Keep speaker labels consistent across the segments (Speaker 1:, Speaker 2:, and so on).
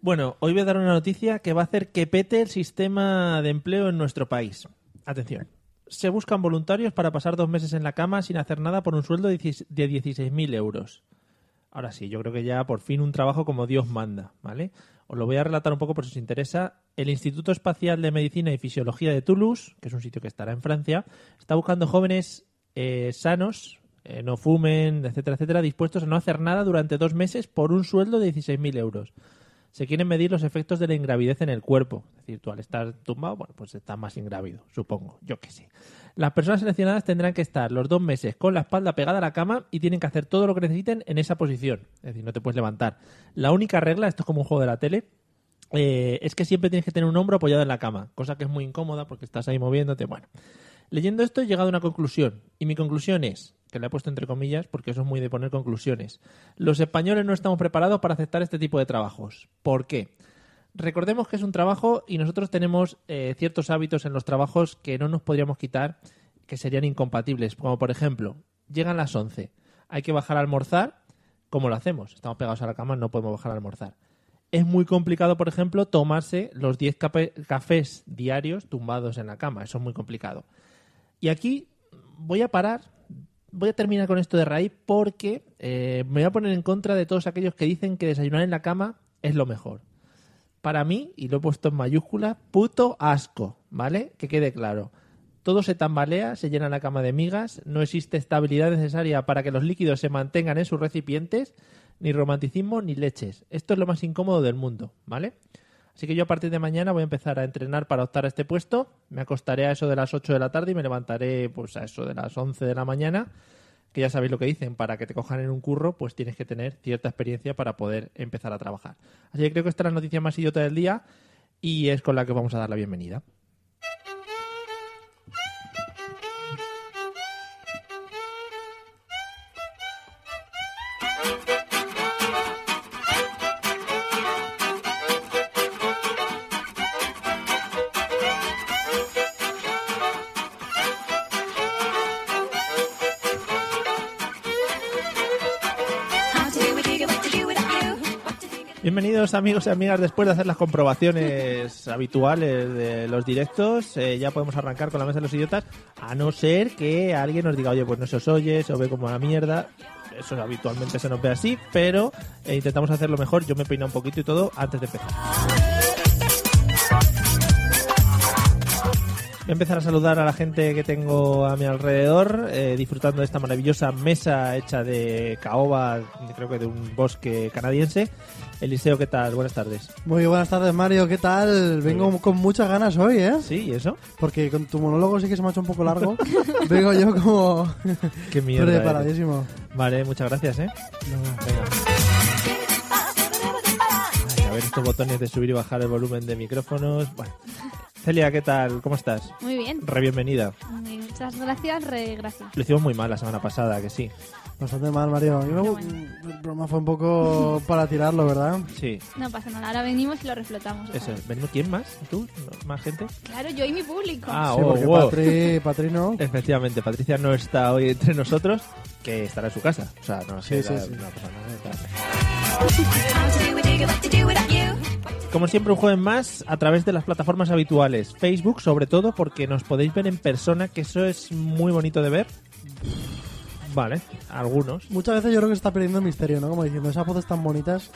Speaker 1: Bueno, hoy voy a dar una noticia que va a hacer que pete el sistema de empleo en nuestro país. Atención. Se buscan voluntarios para pasar dos meses en la cama sin hacer nada por un sueldo de 16.000 euros. Ahora sí, yo creo que ya por fin un trabajo como Dios manda, ¿vale? Os lo voy a relatar un poco por si os interesa. El Instituto Espacial de Medicina y Fisiología de Toulouse, que es un sitio que estará en Francia, está buscando jóvenes eh, sanos, eh, no fumen, etcétera, etcétera, dispuestos a no hacer nada durante dos meses por un sueldo de 16.000 euros. Se quieren medir los efectos de la ingravidez en el cuerpo. Es decir, tú al estar tumbado, bueno, pues estás más ingrávido, supongo, yo que sé. Las personas seleccionadas tendrán que estar los dos meses con la espalda pegada a la cama y tienen que hacer todo lo que necesiten en esa posición. Es decir, no te puedes levantar. La única regla, esto es como un juego de la tele, eh, es que siempre tienes que tener un hombro apoyado en la cama, cosa que es muy incómoda porque estás ahí moviéndote. Bueno, leyendo esto he llegado a una conclusión. Y mi conclusión es, que la he puesto entre comillas porque eso es muy de poner conclusiones. Los españoles no estamos preparados para aceptar este tipo de trabajos. ¿Por qué? Recordemos que es un trabajo y nosotros tenemos eh, ciertos hábitos en los trabajos que no nos podríamos quitar, que serían incompatibles. Como por ejemplo, llegan las 11, hay que bajar a almorzar. ¿Cómo lo hacemos? Estamos pegados a la cama, no podemos bajar a almorzar. Es muy complicado, por ejemplo, tomarse los 10 cafés diarios tumbados en la cama. Eso es muy complicado. Y aquí voy a parar voy a terminar con esto de raíz porque eh, me voy a poner en contra de todos aquellos que dicen que desayunar en la cama es lo mejor. Para mí, y lo he puesto en mayúsculas, puto asco, ¿vale? Que quede claro. Todo se tambalea, se llena la cama de migas, no existe estabilidad necesaria para que los líquidos se mantengan en sus recipientes, ni romanticismo ni leches. Esto es lo más incómodo del mundo, ¿vale? Así que yo a partir de mañana voy a empezar a entrenar para optar a este puesto. Me acostaré a eso de las 8 de la tarde y me levantaré pues a eso de las 11 de la mañana. Que ya sabéis lo que dicen, para que te cojan en un curro, pues tienes que tener cierta experiencia para poder empezar a trabajar. Así que creo que esta es la noticia más idiota del día y es con la que vamos a dar la bienvenida. Bienvenidos amigos y amigas, después de hacer las comprobaciones habituales de los directos, eh, ya podemos arrancar con la mesa de los idiotas, a no ser que alguien nos diga, oye, pues no se os oye, se os ve como la mierda, eso habitualmente se nos ve así, pero eh, intentamos hacerlo mejor, yo me peino un poquito y todo antes de empezar. Voy a empezar a saludar a la gente que tengo a mi alrededor, eh, disfrutando de esta maravillosa mesa hecha de caoba, creo que de un bosque canadiense. Eliseo, ¿qué tal? Buenas tardes.
Speaker 2: Muy buenas tardes, Mario. ¿Qué tal? Vengo con muchas ganas hoy, ¿eh?
Speaker 1: Sí, ¿y eso?
Speaker 2: Porque con tu monólogo sí que se me ha hecho un poco largo. Vengo yo como
Speaker 1: Qué mierda
Speaker 2: preparadísimo.
Speaker 1: eres. Vale, muchas gracias, ¿eh? Venga. A ver estos botones de subir y bajar el volumen de micrófonos. Bueno. Celia, ¿qué tal? ¿Cómo estás?
Speaker 3: Muy bien.
Speaker 1: Re bienvenida.
Speaker 3: Muy- Muchas gracias, re gracias.
Speaker 1: Lo hicimos muy mal la semana pasada, que sí.
Speaker 2: Bastante mal, Mario. Yo creo que el broma fue un poco para tirarlo, ¿verdad?
Speaker 1: Sí.
Speaker 3: No pasa nada, ahora venimos y lo reflotamos. otra
Speaker 1: Eso.
Speaker 3: vez.
Speaker 1: ¿Venimos quién más? ¿Tú? ¿No? ¿Más gente?
Speaker 3: Claro, yo y mi público.
Speaker 1: Ah,
Speaker 2: sí,
Speaker 1: oh,
Speaker 2: porque
Speaker 1: wow. Eh.
Speaker 2: Patri, Patri no.
Speaker 1: Efectivamente, Patricia no está hoy entre nosotros, que estará en su casa. O sea, no sé,
Speaker 2: Sí, sí,
Speaker 1: la-
Speaker 2: sí.
Speaker 1: no pasa nada. Como siempre, un jueves más a través de las plataformas habituales. Facebook, sobre todo, porque nos podéis ver en persona, que eso es muy bonito de ver. Vale, algunos.
Speaker 2: Muchas veces yo creo que se está perdiendo el misterio, ¿no? Como diciendo, esas fotos tan bonitas,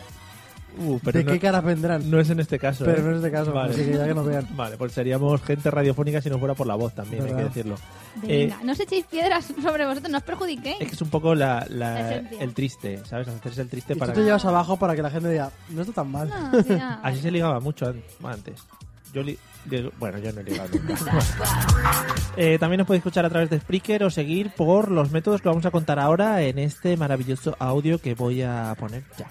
Speaker 1: Uh, pero
Speaker 2: ¿de
Speaker 1: no,
Speaker 2: qué caras vendrán?
Speaker 1: no es en este caso.
Speaker 2: Pero
Speaker 1: ¿eh?
Speaker 2: no es de caso,
Speaker 1: Vale.
Speaker 2: así que ya que nos vean.
Speaker 1: Vale, pues seríamos gente radiofónica si no fuera por la voz también, hay que
Speaker 2: ¿Verdad?
Speaker 1: decirlo. Eh,
Speaker 3: Venga, no os echéis piedras sobre vosotros, no os perjudiquéis.
Speaker 1: Es que es un poco la, la-
Speaker 3: La esencia.
Speaker 1: el triste, ¿sabes? Hacerse el triste
Speaker 2: Y
Speaker 1: para
Speaker 2: tú te llevas abajo para que la gente diga, no está tan mal.
Speaker 3: No, tía.
Speaker 1: Así se ligaba mucho an- bueno, antes. Yo li- li- bueno, yo no he ligado nunca. Eh, también nos podéis escuchar a través de Spreaker o seguir por los métodos que vamos a contar ahora en este maravilloso audio que voy a poner ya.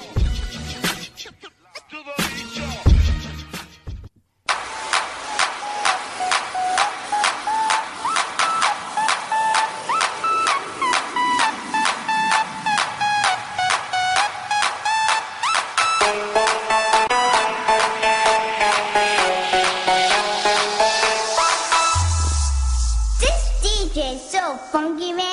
Speaker 4: con Giver.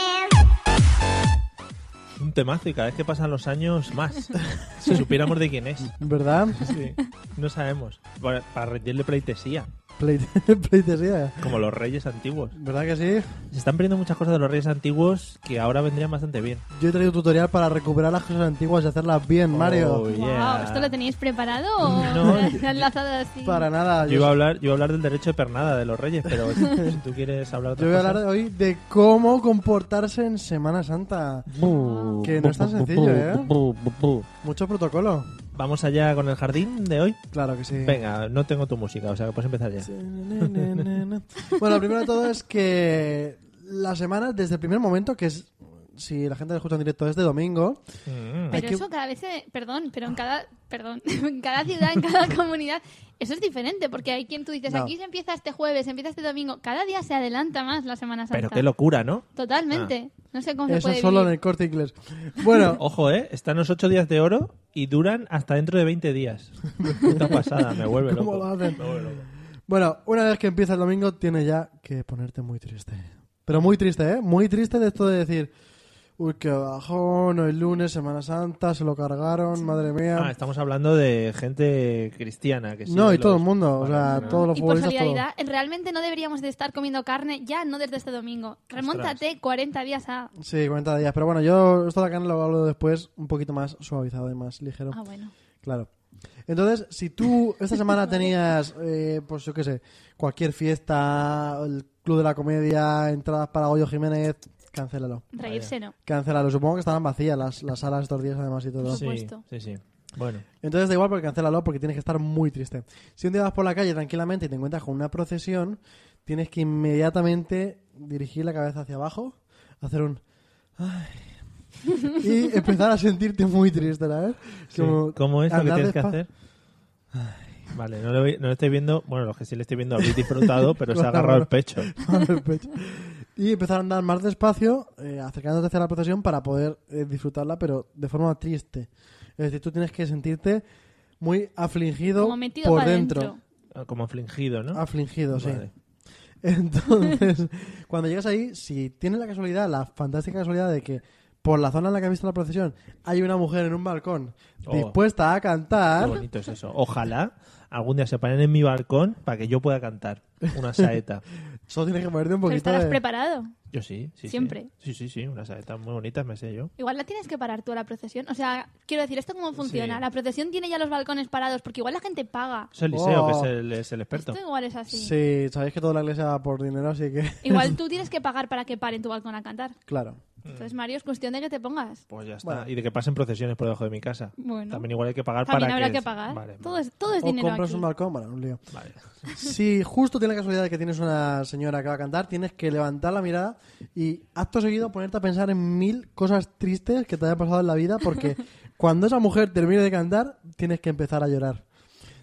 Speaker 1: Un temazo y cada vez que pasan los años más. si supiéramos de quién es.
Speaker 2: ¿Verdad?
Speaker 1: Sí. No sabemos. Para, para rendirle pleitesía,
Speaker 2: Play- Pleitesía.
Speaker 1: como los reyes antiguos.
Speaker 2: ¿Verdad que sí?
Speaker 1: Se están perdiendo muchas cosas de los reyes antiguos que ahora vendrían bastante bien.
Speaker 2: Yo he traído un tutorial para recuperar las cosas antiguas y hacerlas bien,
Speaker 1: Oh,
Speaker 2: Mario.
Speaker 1: yeah.
Speaker 3: Wow, ¿Esto lo teníais preparado o
Speaker 1: No,
Speaker 3: lo has lanzado así?
Speaker 2: Para nada.
Speaker 1: Yo iba a hablar, yo iba a hablar del derecho de pernada de los reyes, pero si tú quieres hablar otra
Speaker 2: yo voy a
Speaker 1: cosa-
Speaker 2: hablar hoy de cómo comportarse en Semana Santa. Que no es tan sencillo, ¿eh? Mucho protocolo.
Speaker 1: Vamos allá con el jardín de hoy.
Speaker 2: Claro que sí.
Speaker 1: Venga, no tengo tu música, o sea que puedes empezar ya.
Speaker 2: Bueno, lo primero de todo es que la semana, desde el primer momento, que es, si la gente lo escucha en directo, es de domingo.
Speaker 1: Mm.
Speaker 2: hay
Speaker 3: Pero
Speaker 2: que-
Speaker 3: eso cada vez, se- perdón, pero en cada, perdón, en cada ciudad, en cada comunidad, eso es diferente, porque hay quien tú dices,
Speaker 2: No.
Speaker 3: aquí se empieza este jueves, se empieza este domingo, cada día se adelanta más la Semana Santa.
Speaker 1: Pero qué locura, ¿no?
Speaker 3: Totalmente. No sé cómo se
Speaker 2: Ah. Eso
Speaker 3: puede
Speaker 2: solo en
Speaker 3: vivir.
Speaker 2: el corte inglés. Bueno,
Speaker 1: Ojo, ¿eh? Están los ocho días de oro y duran hasta dentro de 20 días. Puta pasada, me vuelve
Speaker 2: ¿Cómo
Speaker 1: loco.
Speaker 2: lo hacen?
Speaker 1: Me vuelve loco.
Speaker 2: bueno, una vez que empieza el domingo, tienes ya que ponerte muy triste. Pero muy triste, ¿eh? Muy triste de esto de decir, uy, qué bajón, hoy lunes, Semana Santa, se lo cargaron, madre mía.
Speaker 1: Ah, estamos hablando de gente cristiana. Que sí,
Speaker 2: no, y
Speaker 1: los-
Speaker 2: todo el mundo,
Speaker 1: Vale,
Speaker 2: o sea,
Speaker 1: no.
Speaker 2: todos los
Speaker 3: Y por
Speaker 2: futbolistas, todo.
Speaker 3: solidaridad, realmente no deberíamos de estar comiendo carne ya no desde este domingo. Remóntate 40 días a...
Speaker 2: Sí, 40 días. Pero bueno, yo esto de la carne lo hablo después un poquito más suavizado y más ligero.
Speaker 3: Ah, bueno.
Speaker 2: Claro. Entonces, si tú esta semana tenías, eh, pues yo qué sé, cualquier fiesta, el Club de la Comedia, entradas para Goyo Jiménez, cancélalo.
Speaker 3: Reírse no.
Speaker 2: Cancélalo. Supongo que estaban vacías las, las salas estos días además y todo.
Speaker 3: Por
Speaker 1: Sí,
Speaker 3: supuesto.
Speaker 1: sí, sí. Bueno,
Speaker 2: Entonces da igual porque cancélalo porque tienes que estar muy triste. Si un día vas por la calle tranquilamente y te encuentras con una procesión, tienes que inmediatamente dirigir la cabeza hacia abajo, hacer un... "Ay", y empezar a sentirte muy triste, ¿sabes?
Speaker 1: sí. ¿cómo es lo que
Speaker 2: andar
Speaker 1: tienes que
Speaker 2: despa-
Speaker 1: hacer? Vale, no, lo vi- no lo estoy viendo. Bueno, los que sí le estoy viendo habéis disfrutado, pero se ha
Speaker 2: Claro.
Speaker 1: agarrado el pecho.
Speaker 2: Mano al pecho. Y empezar a andar más despacio, eh, acercándote hacia la procesión para poder eh, disfrutarla, pero de forma triste. Es decir, tú tienes que sentirte muy afligido
Speaker 3: Como metido
Speaker 2: por
Speaker 3: para
Speaker 2: dentro.
Speaker 3: dentro.
Speaker 1: Como afligido, ¿no?
Speaker 2: Afligido, sí.
Speaker 1: Vale.
Speaker 2: Entonces, cuando llegas ahí, si tienes la casualidad, la fantástica casualidad de que por la zona en la que has visto la procesión hay una mujer en un balcón
Speaker 1: Oh.
Speaker 2: dispuesta a
Speaker 1: Qué
Speaker 2: cantar,
Speaker 1: bonito es eso. Ojalá algún día se paren en mi balcón para que yo pueda cantar una saeta.
Speaker 2: solo tienes que ponerte un
Speaker 3: Pero
Speaker 2: poquito
Speaker 3: estarás
Speaker 2: de-
Speaker 3: preparado.
Speaker 1: Yo sí, sí. sí.
Speaker 3: Siempre.
Speaker 1: Sí, sí, sí. Una saeta muy bonita, me sé yo.
Speaker 3: Igual la tienes que parar tú a la procesión. O sea, quiero decir, ¿esto cómo funciona?
Speaker 1: Sí.
Speaker 3: La procesión tiene ya los balcones parados porque igual la gente paga.
Speaker 1: Es el liceo,
Speaker 2: Oh.
Speaker 1: que es el, es el experto.
Speaker 3: Esto Pues igual es así.
Speaker 2: Sí, sabéis que toda la iglesia va por dinero, así que...
Speaker 3: Igual tú tienes que pagar para que paren tu balcón a cantar.
Speaker 2: Claro.
Speaker 3: Entonces,
Speaker 1: Mm.
Speaker 3: Mario, es cuestión de que te pongas.
Speaker 1: Pues ya está.
Speaker 2: Bueno.
Speaker 1: Y de que pasen procesiones por debajo de mi casa.
Speaker 3: Bueno.
Speaker 1: También igual hay que pagar
Speaker 3: También
Speaker 1: para
Speaker 3: habrá
Speaker 1: que...
Speaker 3: que pagar.
Speaker 1: Vale,
Speaker 3: todo, es, todo es
Speaker 2: O
Speaker 3: Pues dinero
Speaker 2: compras
Speaker 3: aquí.
Speaker 2: un balcón, bueno, un lío.
Speaker 1: vale.
Speaker 2: Si justo tienes la casualidad de que tienes una señora que va a cantar, tienes que levantar la mirada y acto seguido ponerte a pensar en mil cosas tristes que te haya pasado en la vida, porque cuando esa mujer termine de cantar, tienes que empezar a llorar.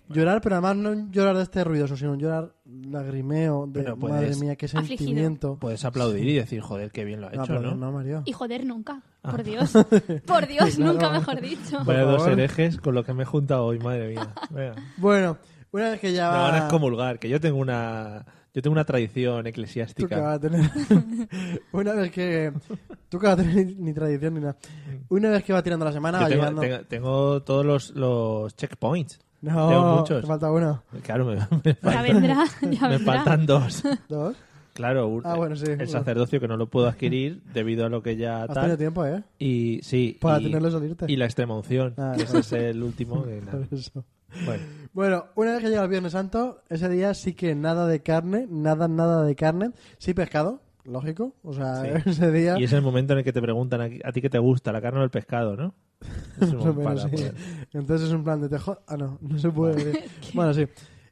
Speaker 2: Llorar, pero además no llorar de este ruidoso, sino llorar lagrimeo de
Speaker 1: Pero puedes-
Speaker 2: madre mía, qué
Speaker 3: Afligido.
Speaker 2: sentimiento.
Speaker 1: Puedes aplaudir y decir, joder, qué bien lo ha
Speaker 2: No,
Speaker 1: hecho,
Speaker 2: pero
Speaker 1: ¿no?
Speaker 2: no, Mario.
Speaker 3: Y joder, nunca.
Speaker 2: Ah.
Speaker 3: Por Dios. Por Dios, nunca mejor dicho.
Speaker 1: Vaya
Speaker 2: Por
Speaker 1: dos
Speaker 2: favor.
Speaker 1: herejes con los que me he juntado hoy, madre mía. Venga.
Speaker 2: Bueno, una vez que ya
Speaker 1: Me
Speaker 2: va.
Speaker 1: van a excomulgar, que yo tengo una... Yo tengo una tradición
Speaker 2: Tú que
Speaker 1: eclesiástica.
Speaker 2: vas a tener. una vez que. Tú que vas a tener ni, ni tradición ni nada.
Speaker 1: Mm.
Speaker 2: Una vez que va tirando la semana,
Speaker 1: Yo
Speaker 2: va
Speaker 1: tengo,
Speaker 2: llegando.
Speaker 1: tengo- tengo todos los, los checkpoints.
Speaker 2: No,
Speaker 1: tengo muchos.
Speaker 2: te falta uno.
Speaker 1: Claro, me, me
Speaker 3: Ya
Speaker 1: faltan,
Speaker 3: vendrá, ya
Speaker 1: me
Speaker 3: vendrá.
Speaker 1: faltan dos.
Speaker 2: ¿Dos?
Speaker 1: Claro, un-
Speaker 2: Ah, bueno, sí,
Speaker 1: el
Speaker 2: bueno.
Speaker 1: sacerdocio que no lo puedo adquirir debido a lo que ya
Speaker 2: Has
Speaker 1: tal.
Speaker 2: tenido tiempo, ¿eh?
Speaker 1: Y sí,
Speaker 2: Para
Speaker 1: y,
Speaker 2: tenerlo y salirte.
Speaker 1: y la extrema unción,
Speaker 2: Ah,
Speaker 1: que
Speaker 2: vale.
Speaker 1: ese es el último. que nada.
Speaker 2: Por eso.
Speaker 1: Bueno,
Speaker 2: Bueno, una vez que llega el Viernes Santo, ese día sí que nada de carne, nada, nada de carne. Sí pescado, lógico. O sea,
Speaker 1: Sí.
Speaker 2: ese día...
Speaker 1: y es el momento en el que te preguntan a, a ti qué te gusta, la carne o el pescado, ¿no? Es un ¿eh?
Speaker 2: más o menos,
Speaker 1: para
Speaker 2: sí.
Speaker 1: poder-
Speaker 2: Entonces es un plan de te jo- Ah, no, no se puede decir. Bueno, sí.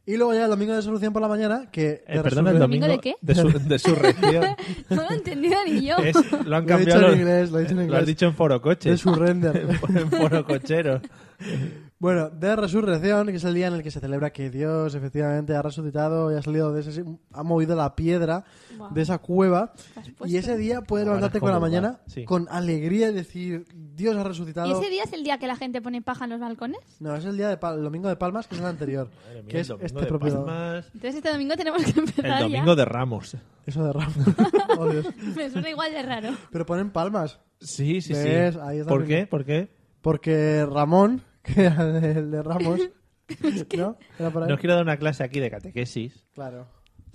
Speaker 2: Y luego llega el domingo de solución por la mañana, que...
Speaker 1: Eh,
Speaker 2: te
Speaker 1: perdón, el
Speaker 2: resuelve-
Speaker 1: domingo,
Speaker 3: ¿Domingo de qué?
Speaker 1: De, su, de surrección.
Speaker 3: No lo he entendido ni yo.
Speaker 1: Es- lo han
Speaker 2: Lo he dicho
Speaker 1: cambiado.
Speaker 2: en
Speaker 1: los-
Speaker 2: inglés, lo he dicho en
Speaker 1: lo has
Speaker 2: inglés.
Speaker 1: dicho en foro
Speaker 2: De
Speaker 1: coches.
Speaker 2: su render.
Speaker 1: en foro cochero.
Speaker 2: Bueno, de resurrección, que es el día en el que se celebra que Dios efectivamente ha resucitado y ha salido de ese, ha movido la piedra
Speaker 3: Guau.
Speaker 2: de esa cueva.
Speaker 3: Te has puesto.
Speaker 2: Y ese día puedes
Speaker 1: Ahora
Speaker 2: levantarte
Speaker 1: es
Speaker 2: con la
Speaker 1: como va,
Speaker 2: mañana
Speaker 1: sí.
Speaker 2: con alegría y decir Dios ha
Speaker 3: ¿Y
Speaker 2: resucitado.
Speaker 3: ese día es el día que la gente pone paja en los balcones?
Speaker 2: No, es el día de Pal- el domingo de Palmas, que es el anterior.
Speaker 1: Madre mía,
Speaker 2: que
Speaker 1: el
Speaker 2: es
Speaker 1: domingo
Speaker 2: este
Speaker 1: de
Speaker 2: propio.
Speaker 1: Palmas,
Speaker 3: Entonces este domingo tenemos que
Speaker 1: El
Speaker 3: empezar
Speaker 1: domingo de Ramos.
Speaker 2: Eso de Rafa. Oh, Dios.
Speaker 3: ya. Me suena igual de raro.
Speaker 2: Pero ponen palmas.
Speaker 1: Sí, sí,
Speaker 2: ¿Ves?
Speaker 1: sí.
Speaker 2: Ahí está
Speaker 1: ¿Por
Speaker 2: mi-
Speaker 1: qué? ¿Por qué?
Speaker 2: Porque Ramón, que era el de Ramos. ¿No? Era por ahí.
Speaker 1: No os quiero dar una clase aquí de catequesis,
Speaker 2: Claro.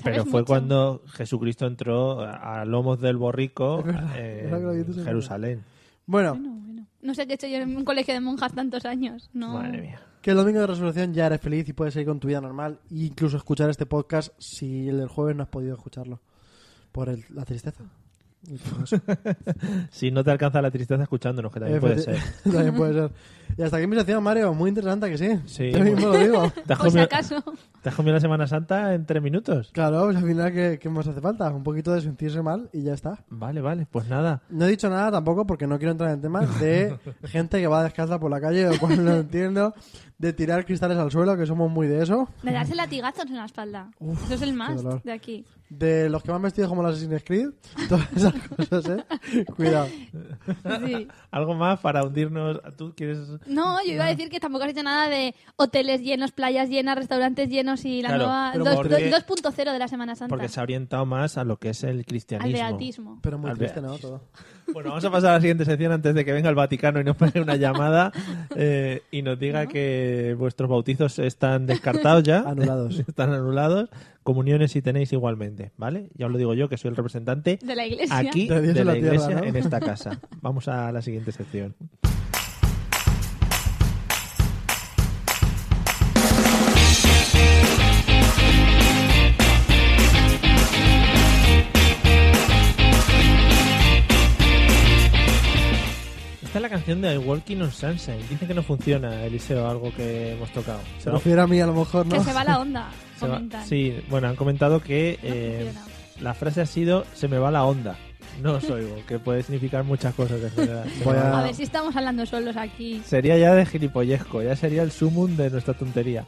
Speaker 1: pero
Speaker 3: ¿Sabes
Speaker 1: fue
Speaker 3: mucho?
Speaker 1: cuando Jesucristo entró a a lomos del borrico
Speaker 2: Es verdad,
Speaker 1: eh,
Speaker 2: es verdad que lo dices, es
Speaker 1: en
Speaker 2: verdad.
Speaker 1: Jerusalén.
Speaker 2: Bueno,
Speaker 3: Bueno, bueno. No sé qué he hecho yo en un colegio de monjas tantos años. No.
Speaker 1: Madre mía.
Speaker 2: que el domingo de resurrección ya eres feliz y puedes seguir con tu vida normal e incluso escuchar este podcast si el del jueves no has podido escucharlo. Por el- la tristeza.
Speaker 1: Si no te alcanza la tristeza escuchándonos, que también puede ser.
Speaker 2: También puede ser. Y hasta aquí mi sección, Mario. Muy interesante que sí.
Speaker 1: Sí,
Speaker 2: Yo mismo lo digo.
Speaker 1: ¿Te has,
Speaker 3: Por si
Speaker 1: comido,
Speaker 3: acaso.
Speaker 1: te has comido la Semana Santa en tres minutos?
Speaker 2: Claro, pues al final, ¿qué, qué más hace falta? Un poquito de sentirse mal y ya está.
Speaker 1: Vale, vale, pues nada.
Speaker 2: No he dicho nada tampoco porque no quiero entrar en temas de gente que va descalza por la calle, lo cual no entiendo, de tirar cristales al suelo, que somos muy de eso,
Speaker 3: De darse latigazos en la espalda. Eso es el más
Speaker 2: dolor.
Speaker 3: de aquí.
Speaker 2: de los que van vestidos como los Assassin's Creed, todas esas cosas, ¿eh? Cuidado.
Speaker 3: Sí.
Speaker 1: ¿Algo más para hundirnos? ¿Tú quieres...?
Speaker 3: No, yo iba a decir que tampoco has hecho nada de hoteles llenos, playas llenas, restaurantes llenos y la
Speaker 1: Claro,
Speaker 3: nueva
Speaker 1: pero
Speaker 3: dos-
Speaker 1: porque-
Speaker 3: dos- 2.0 de la Semana Santa.
Speaker 1: Porque se ha orientado más a lo que es el
Speaker 3: Al
Speaker 1: cristianismo.
Speaker 3: beatismo.
Speaker 2: Pero muy
Speaker 1: Al
Speaker 2: triste,
Speaker 1: ver.
Speaker 2: ¿no? Todo.
Speaker 1: Bueno, vamos a pasar a la siguiente sección antes de que venga el Vaticano y nos pegue una llamada eh, y nos diga que vuestros bautizos están descartados ya.
Speaker 2: Ah, Anulados.
Speaker 1: están anulados. Comuniones si tenéis igualmente, ¿vale? Ya os lo digo yo, que soy el representante
Speaker 3: De la iglesia.
Speaker 1: aquí
Speaker 2: De Dios
Speaker 1: de
Speaker 2: en
Speaker 1: la
Speaker 2: la tierra,
Speaker 1: iglesia
Speaker 2: ¿no?
Speaker 1: en esta casa. Vamos a la siguiente sección. Esta es la canción de I Walking on Sunshine. Dicen que no funciona, Eliseo, algo que hemos tocado.
Speaker 2: Se
Speaker 1: No,
Speaker 2: refiere a mí a lo mejor, ¿no?
Speaker 3: Que se va la onda.
Speaker 1: se va-
Speaker 3: comentan.
Speaker 1: Sí, bueno, han comentado que
Speaker 3: No
Speaker 1: eh,
Speaker 3: funciona.
Speaker 1: la frase ha sido se me va la onda. No os oigo, que puede significar muchas cosas. en general. Se me
Speaker 2: Voy
Speaker 1: va-
Speaker 2: a-
Speaker 3: A ver si estamos hablando solos aquí.
Speaker 1: Sería ya de gilipollezco, ya sería el sumum de nuestra tontería.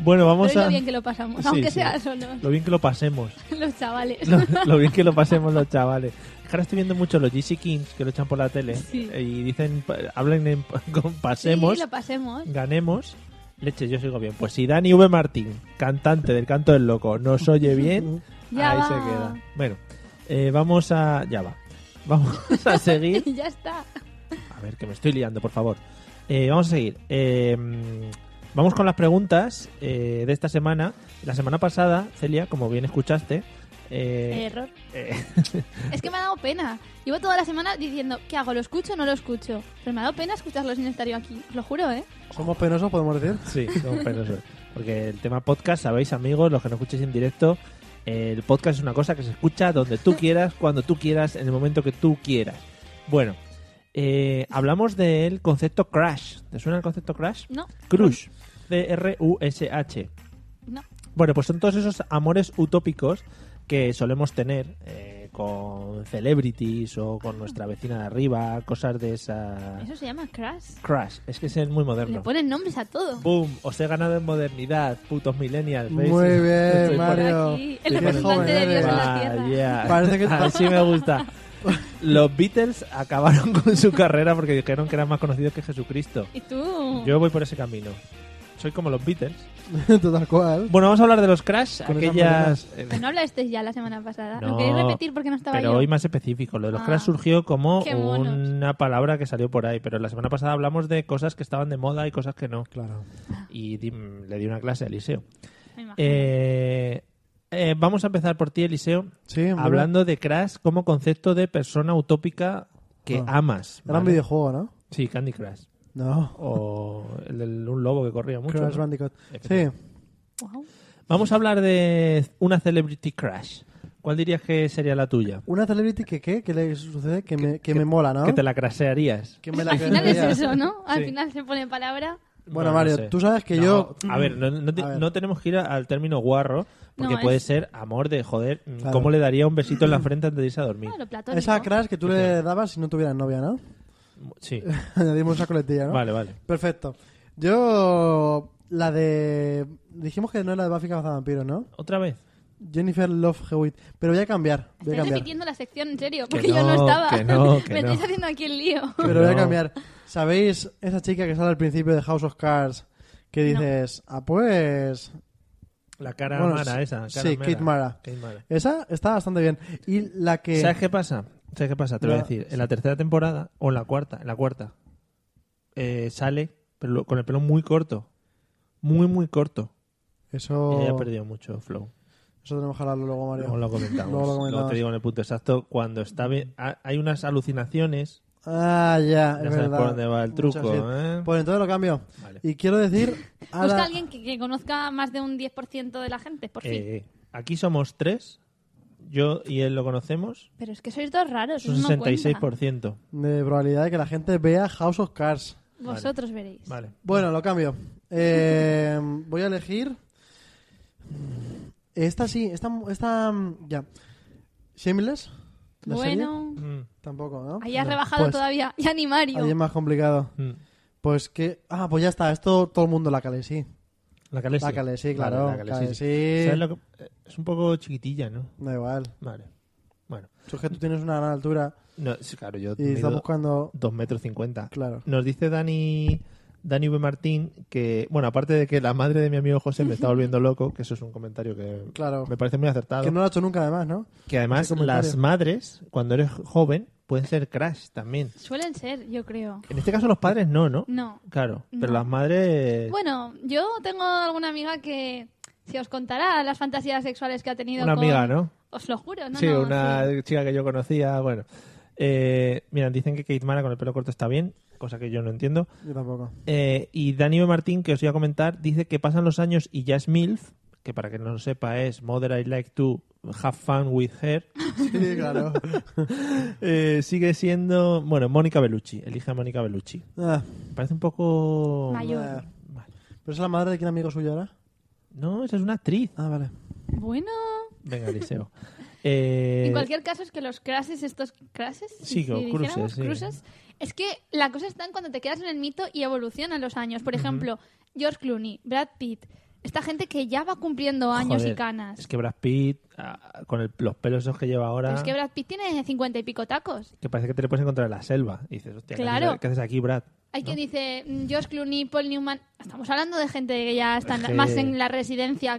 Speaker 1: Bueno, vamos
Speaker 3: Pero
Speaker 1: a...
Speaker 3: es lo bien que lo pasamos,
Speaker 1: Sí,
Speaker 3: aunque
Speaker 1: sí.
Speaker 3: sea solos.
Speaker 1: Lo bien que lo pasemos.
Speaker 3: Los chavales.
Speaker 1: Lo, lo bien que lo pasemos los chavales. Es que Ahora estoy viendo mucho los GC Kings que lo echan por la tele
Speaker 3: Sí.
Speaker 1: eh, y dicen, pa- hablan en, con pasemos,
Speaker 3: Sí, lo pasemos.
Speaker 1: ganemos. Leche, yo sigo bien. Pues si Dani V. Martín, cantante del Canto del Loco, nos oye bien,
Speaker 3: Ya
Speaker 1: ahí
Speaker 3: va.
Speaker 1: se queda. Bueno, eh, vamos a... Ya va. Vamos a seguir
Speaker 3: Y ya está.
Speaker 1: A ver, que me estoy liando, por favor. Eh, vamos a seguir. Eh, vamos con las preguntas eh, de esta semana. La semana pasada, Celia, como bien escuchaste, eh,
Speaker 3: Error.
Speaker 1: eh,
Speaker 3: Es que me ha dado pena. Llevo toda la semana diciendo, ¿qué hago? ¿Lo escucho o no lo escucho? Pero me ha dado pena escucharlo sin estar yo aquí. Os Lo juro, ¿eh?
Speaker 2: Somos penosos, podemos decir.
Speaker 1: sí, no, pero eso es. porque el tema podcast, sabéis amigos, los que no escuchéis en directo, eh, el podcast es una cosa que se escucha donde tú quieras, cuando tú quieras, en el momento que tú quieras. Bueno, eh, hablamos del concepto crash. ¿Te suena el concepto crash?
Speaker 3: No,
Speaker 1: Crush. C-R-U-S-H.
Speaker 3: no.
Speaker 1: Bueno, pues son todos esos amores utópicos que solemos tener eh, con celebrities o con nuestra vecina de arriba, cosas de esa...
Speaker 3: Eso se llama crash.
Speaker 1: Crash, es que ese es muy
Speaker 3: Le
Speaker 1: moderno.
Speaker 3: ponen nombres a todo.
Speaker 1: ¡Boom! Os he ganado en modernidad, putos millennials. ¿veis?
Speaker 2: Muy
Speaker 1: Estoy
Speaker 2: bien,
Speaker 1: por-
Speaker 2: Mario.
Speaker 3: Aquí,
Speaker 2: Qué
Speaker 3: el representante
Speaker 2: joven
Speaker 3: de Dios en
Speaker 2: eres.
Speaker 3: la tierra.
Speaker 1: Vaya.
Speaker 2: Parece que-
Speaker 1: Así me gusta. Los Beatles acabaron con su carrera porque dijeron que eran más conocidos que Jesucristo.
Speaker 3: ¿Y tú?
Speaker 1: Yo voy por ese camino. Soy como los Beatles.
Speaker 2: Total cual.
Speaker 1: Bueno, vamos a hablar de los Crash,
Speaker 2: Con esas
Speaker 1: aquellas...
Speaker 3: Pues no hablaste ya la semana pasada.
Speaker 1: No,
Speaker 3: Lo queréis repetir porque no estaba
Speaker 1: Pero
Speaker 3: yo.
Speaker 1: hoy más específico. Lo de los
Speaker 3: Ah,
Speaker 1: crash surgió como
Speaker 3: qué monos.
Speaker 1: una palabra que salió por ahí. Pero la semana pasada hablamos de cosas que estaban de moda y cosas que no.
Speaker 2: Claro.
Speaker 1: Y di- le di una clase a Eliseo.
Speaker 3: Me imagino.
Speaker 1: Eh, eh, vamos a empezar por ti, Eliseo.
Speaker 2: Sí, muy
Speaker 1: hablando de crash como concepto de persona utópica que
Speaker 2: Ah.
Speaker 1: amas.
Speaker 2: Gran
Speaker 1: ¿vale?
Speaker 2: videojuego, ¿no?
Speaker 1: Sí, Candy Crush.
Speaker 2: No.
Speaker 1: O el del un lobo que corría mucho.
Speaker 2: Crash
Speaker 1: ¿no?
Speaker 2: Bandicoot. Sí.
Speaker 1: Efectivamente.
Speaker 3: Guau.
Speaker 1: Vamos a hablar de una celebrity crash. ¿Cuál dirías que sería la tuya?
Speaker 2: Una celebrity que, ¿qué? Que le sucede que, me, que, me mola, ¿no?
Speaker 1: Que te la crashearías.
Speaker 2: Que me la
Speaker 3: Al final es
Speaker 2: creería.
Speaker 3: eso, ¿no? Al
Speaker 1: Sí.
Speaker 3: final se pone palabra.
Speaker 2: Bueno,
Speaker 1: no
Speaker 2: Mario,
Speaker 1: sé.
Speaker 2: tú sabes que
Speaker 1: No,
Speaker 2: yo...
Speaker 1: A ver, no, no te-
Speaker 2: A ver.
Speaker 1: no tenemos que ir a- al término guarro, porque
Speaker 3: No,
Speaker 1: puede
Speaker 3: es-
Speaker 1: ser amor de joder. mm,
Speaker 2: Claro.
Speaker 1: ¿Cómo le daría un besito en la frente antes de irse a dormir?
Speaker 3: Ah, lo platónico.
Speaker 2: Esa crash que tú le dabas si no tuvieras novia, ¿no?
Speaker 1: Sí,
Speaker 2: Añadimos esa coletilla, ¿no?
Speaker 1: vale, vale.
Speaker 2: Perfecto. Yo. La de. Dijimos que no era de Buffy Cazavampiros, ¿no?
Speaker 1: Otra vez.
Speaker 2: Jennifer Love Hewitt. Pero voy a cambiar. Voy a
Speaker 3: Estáis
Speaker 2: cambiar.
Speaker 3: repitiendo la sección, en serio, porque
Speaker 1: no,
Speaker 3: yo no estaba.
Speaker 1: que no, que
Speaker 3: Me
Speaker 1: no.
Speaker 3: estáis haciendo aquí el lío.
Speaker 2: Pero voy a
Speaker 1: No.
Speaker 2: cambiar. ¿Sabéis esa chica que sale al principio de House of Cards? Que
Speaker 3: No.
Speaker 2: dices, ah, pues.
Speaker 1: La cara
Speaker 2: Bueno,
Speaker 1: mala
Speaker 2: sí-
Speaker 1: esa. cara
Speaker 2: sí, Kate Mara.
Speaker 1: Kate Mara.
Speaker 2: Esa está bastante bien. Y la que.
Speaker 1: ¿Sabes qué pasa? ¿Sabes qué pasa? Te lo voy a
Speaker 2: La-
Speaker 1: decir. En la tercera temporada, o en la cuarta, en la cuarta, eh, sale pero lo- con el pelo muy corto. Muy, muy corto.
Speaker 2: Eso.
Speaker 1: Y ella ha perdido mucho flow.
Speaker 2: Eso tenemos que hablarlo luego, Mario.
Speaker 1: Luego lo comentamos.
Speaker 2: Luego Oh. lo
Speaker 1: Luego
Speaker 2: comentamos.
Speaker 1: te digo en el punto exacto. Cuando está bien, ha- hay unas alucinaciones.
Speaker 2: Ah, ya,
Speaker 1: Ya
Speaker 2: es
Speaker 1: sabes
Speaker 2: verdad.
Speaker 1: por dónde va el
Speaker 2: Mucha
Speaker 1: truco,
Speaker 2: shit.
Speaker 1: ¿eh?
Speaker 2: Pues entonces lo cambio.
Speaker 1: Vale.
Speaker 2: Y quiero decir.
Speaker 3: Busca
Speaker 2: Ahora,
Speaker 3: alguien que, que conozca más de un 10% de la gente, por fin.
Speaker 1: Eh, aquí somos tres. Yo y él lo conocemos.
Speaker 3: Pero es que sois dos raros,
Speaker 1: Es un
Speaker 3: eso no cuenta.
Speaker 1: 66%.
Speaker 2: de probabilidad de que la gente vea House of Cards.
Speaker 3: Vosotros veréis.
Speaker 1: Vale.
Speaker 2: Bueno, lo cambio. Eh, voy a elegir. Esta sí, esta. esta ya. Shameless. la serie.
Speaker 3: Bueno,
Speaker 1: Mm,
Speaker 2: Tampoco, ¿no?
Speaker 3: ahí has
Speaker 2: No.
Speaker 3: rebajado
Speaker 2: Pues,
Speaker 3: todavía. Y animario.
Speaker 2: Ahí es más complicado.
Speaker 1: mm.
Speaker 2: Pues que. Ah, pues ya está. Esto todo el mundo la cale, sí.
Speaker 1: La Calesi.
Speaker 2: La Calesi, claro,
Speaker 1: Vale, la Calesi.
Speaker 2: Calesi.
Speaker 1: ¿Sabes lo que- eh, Es un poco chiquitilla, ¿no?
Speaker 2: Da igual.
Speaker 1: Vale. Bueno.
Speaker 2: Tú es que tú tienes una gran altura
Speaker 1: No, sí, claro, yo
Speaker 2: y estás
Speaker 1: mido
Speaker 2: buscando.
Speaker 1: 2 metros 50.
Speaker 2: Claro.
Speaker 1: Nos dice Dani, Dani V. Martín que, bueno, aparte de que la madre de mi amigo José me está volviendo loco, que eso es un comentario que
Speaker 2: Claro.
Speaker 1: me parece muy acertado,
Speaker 2: Que
Speaker 1: que,
Speaker 2: no lo ha hecho nunca, además, ¿no?
Speaker 1: además
Speaker 2: ese comentario.
Speaker 1: las madres, cuando eres joven, pueden ser crash también.
Speaker 3: Suelen ser, yo creo.
Speaker 1: En este caso los padres no, ¿no?
Speaker 3: No.
Speaker 1: Claro, pero
Speaker 3: No.
Speaker 1: las madres...
Speaker 3: Bueno, yo tengo alguna amiga que si os contará las fantasías sexuales que ha tenido
Speaker 1: una
Speaker 3: con-
Speaker 1: amiga, ¿no?
Speaker 3: Os lo juro, no,
Speaker 1: sí,
Speaker 3: no,
Speaker 1: una
Speaker 3: sí.
Speaker 1: chica que yo conocía, bueno. Eh, mira, dicen que Kate Mara con el pelo corto está bien, cosa que yo no entiendo.
Speaker 2: Yo tampoco.
Speaker 1: Eh, y Dani B. Martín, que os iba a comentar, dice que pasan los años y ya es MILF, que para que no lo sepa es Mother I Like to Have Fun With Her,
Speaker 2: Sí, claro.
Speaker 1: eh, sigue siendo, bueno, Mónica Bellucci, elige a Mónica Bellucci.
Speaker 2: Ah,
Speaker 1: Me parece un poco...
Speaker 3: Mayor.
Speaker 2: eh,
Speaker 1: Vale.
Speaker 2: ¿Pero es la madre de quién amigo suyo ahora?
Speaker 1: No, esa es una actriz.
Speaker 2: Ah, vale.
Speaker 3: Bueno,
Speaker 1: Venga, Eliseo. Eh,
Speaker 3: en cualquier caso es que los crashes, estos crashes,
Speaker 1: Sí,
Speaker 3: si
Speaker 1: o
Speaker 3: dijéramos
Speaker 1: cruces, sí.
Speaker 3: cruces, es que la cosa está en cuando te quedas en el mito y evolucionan los años. Por ejemplo, George Clooney, Brad Pitt, esta gente que ya va cumpliendo años
Speaker 1: joder,
Speaker 3: y canas.
Speaker 1: Es que Brad Pitt, ah, con el- los pelos esos que lleva ahora,
Speaker 3: Pero es que Brad Pitt tiene cincuenta y pico tacos.
Speaker 1: que parece que te le puedes encontrar en la selva. Y dices, hostia, ¿qué
Speaker 3: Claro.
Speaker 1: haces- ¿qué haces aquí, Brad?
Speaker 3: Hay
Speaker 1: ¿No?
Speaker 3: quien dice mm, George Clooney, Paul Newman. Estamos hablando de gente que ya está en la-
Speaker 1: Es que-
Speaker 3: más en la residencia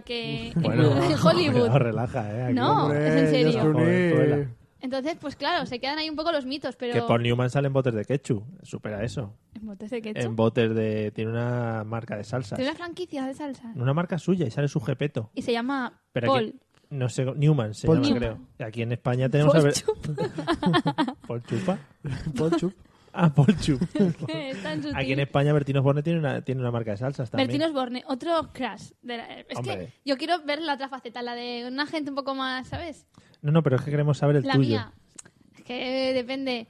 Speaker 3: que en-
Speaker 1: Bueno,
Speaker 3: en Hollywood.
Speaker 1: no, relaja, ¿eh? Aquí
Speaker 3: No,
Speaker 2: Hombre,
Speaker 3: es en serio.
Speaker 2: George Clooney.
Speaker 1: Jovenzuela.
Speaker 3: Entonces, pues claro, se quedan ahí un poco los mitos, pero...
Speaker 1: Que Paul Newman sale en botes de ketchup. Supera eso.
Speaker 3: ¿En botes de ketchup?
Speaker 1: En botes de... Tiene una marca de salsas.
Speaker 3: Tiene una franquicia de salsa.
Speaker 1: Una marca suya y sale su jepeto.
Speaker 3: Y se llama
Speaker 1: Pero
Speaker 3: Paul.
Speaker 1: aquí- no sé, Newman se
Speaker 2: Paul
Speaker 1: llama,
Speaker 3: Newman.
Speaker 1: creo. Y Aquí en España tenemos
Speaker 3: Paul
Speaker 1: a ver...
Speaker 3: Chup.
Speaker 1: ¿Paul Chupa?
Speaker 2: Paul Chup.
Speaker 1: Ah, Paul Chup.
Speaker 3: Es tan sutil.
Speaker 1: Aquí en España Bertino Borne tiene una, tiene una marca de salsas también.
Speaker 3: Bertín Osborne, otro crash. de la- Es
Speaker 1: Hombre.
Speaker 3: que yo quiero ver la otra faceta, la de una gente un poco más, ¿sabes?
Speaker 1: No, no, pero es que queremos saber el
Speaker 3: la
Speaker 1: tuyo.
Speaker 3: mía. Es que depende.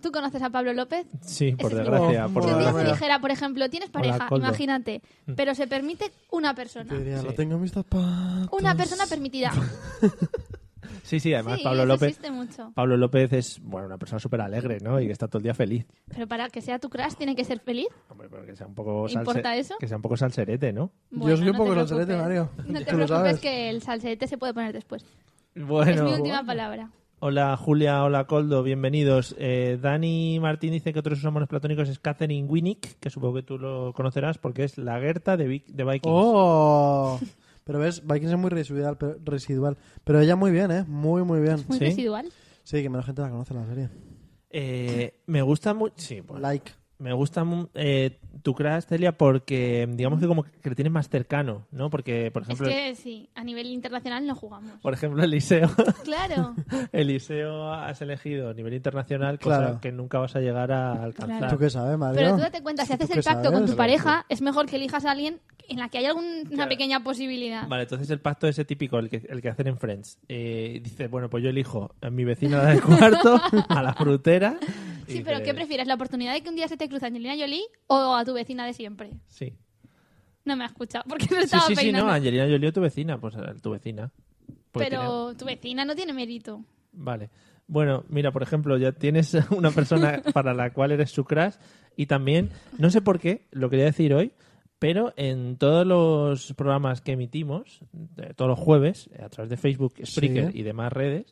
Speaker 3: ¿Tú conoces a Pablo López?
Speaker 1: Sí, por
Speaker 3: Ese es mi
Speaker 1: desgracia.
Speaker 2: voz.
Speaker 1: por
Speaker 3: Si un día
Speaker 2: Bueno,
Speaker 3: se
Speaker 1: desgracia.
Speaker 2: bueno.
Speaker 3: dijera, por ejemplo, tienes pareja,
Speaker 1: Coldo.
Speaker 3: imagínate, pero se permite una
Speaker 2: Te
Speaker 3: persona.
Speaker 2: diría,
Speaker 1: Mm. Sí.
Speaker 2: lo tengo en mis zapatos.
Speaker 3: Una persona permitida.
Speaker 1: Sí, sí, además
Speaker 3: Sí,
Speaker 1: Pablo
Speaker 3: eso
Speaker 1: López...
Speaker 3: existe mucho.
Speaker 1: Pablo López es, bueno, una persona súper alegre, ¿no? Y que está todo el día feliz.
Speaker 3: Pero para que sea tu crush tiene que ser feliz.
Speaker 1: Hombre, pero que sea un poco...
Speaker 3: ¿Importa
Speaker 1: salse-
Speaker 3: eso?
Speaker 1: Que sea un poco salserete, ¿no?
Speaker 2: Yo soy un
Speaker 3: te
Speaker 2: poco
Speaker 3: preocupes.
Speaker 2: salserete, Mario.
Speaker 3: No te
Speaker 2: Tú lo
Speaker 3: preocupes
Speaker 2: sabes.
Speaker 3: que el salsete se puede poner después.
Speaker 1: Bueno,
Speaker 3: es mi última palabra.
Speaker 1: Hola Julia, hola Coldo, bienvenidos. Eh, Dani Martín dice que otro de sus amores platónicos es Catherine Winnick, que supongo que tú lo conocerás porque es la Gerta de, Vic- de Vikings.
Speaker 2: ¡Oh! Pero ves, Vikings es muy residual, pero- residual. Pero ella muy bien, ¿eh? Muy, muy bien.
Speaker 3: Muy
Speaker 1: ¿Sí?
Speaker 3: residual.
Speaker 2: Sí, que menos gente la conoce la serie.
Speaker 1: Eh, me gusta mucho. Sí, bueno,
Speaker 2: Like.
Speaker 1: Me gusta mu- eh, tu crash, Celia, porque digamos que como que le tienes más cercano, ¿no? Porque, por
Speaker 3: Es
Speaker 1: ejemplo,
Speaker 3: que sí, a nivel internacional no jugamos.
Speaker 1: por ejemplo Eliseo.
Speaker 3: Claro.
Speaker 1: Eliseo has elegido a nivel internacional, cosa
Speaker 2: Claro.
Speaker 1: que nunca vas a llegar a alcanzar.
Speaker 3: Claro.
Speaker 2: ¿Tú qué sabes, Mario?
Speaker 3: Pero tú date cuenta, si
Speaker 2: ¿Tú
Speaker 3: haces
Speaker 2: qué
Speaker 3: el pacto con
Speaker 2: sabes?
Speaker 3: tu pareja, es mejor que elijas a alguien en la que hay alguna
Speaker 1: Claro.
Speaker 3: pequeña posibilidad.
Speaker 1: Vale, entonces el pacto ese típico, el que, el que hacen en Friends. Eh, dice, bueno, pues yo elijo a mi vecina del cuarto, a la frutera. y
Speaker 3: Sí, pero
Speaker 1: dice,
Speaker 3: ¿qué prefieres? ¿La oportunidad de que un día se te cruza Angelina Jolie o a tu vecina de siempre?
Speaker 1: Sí,
Speaker 3: No me ha escuchado porque no
Speaker 1: sí,
Speaker 3: estaba
Speaker 1: sí, sí,
Speaker 3: peinando.
Speaker 1: no, Angelina Jolie o tu vecina, pues a tu vecina. Porque
Speaker 3: pero
Speaker 1: tiene-
Speaker 3: tu vecina no tiene mérito.
Speaker 1: Vale. Bueno, mira, por ejemplo, ya tienes una persona para la cual eres su crush y también, no sé por qué, lo quería decir hoy, Pero en todos los programas que emitimos, de- todos los jueves, eh, a través de Facebook, Spreaker
Speaker 2: Sí.
Speaker 1: y demás redes,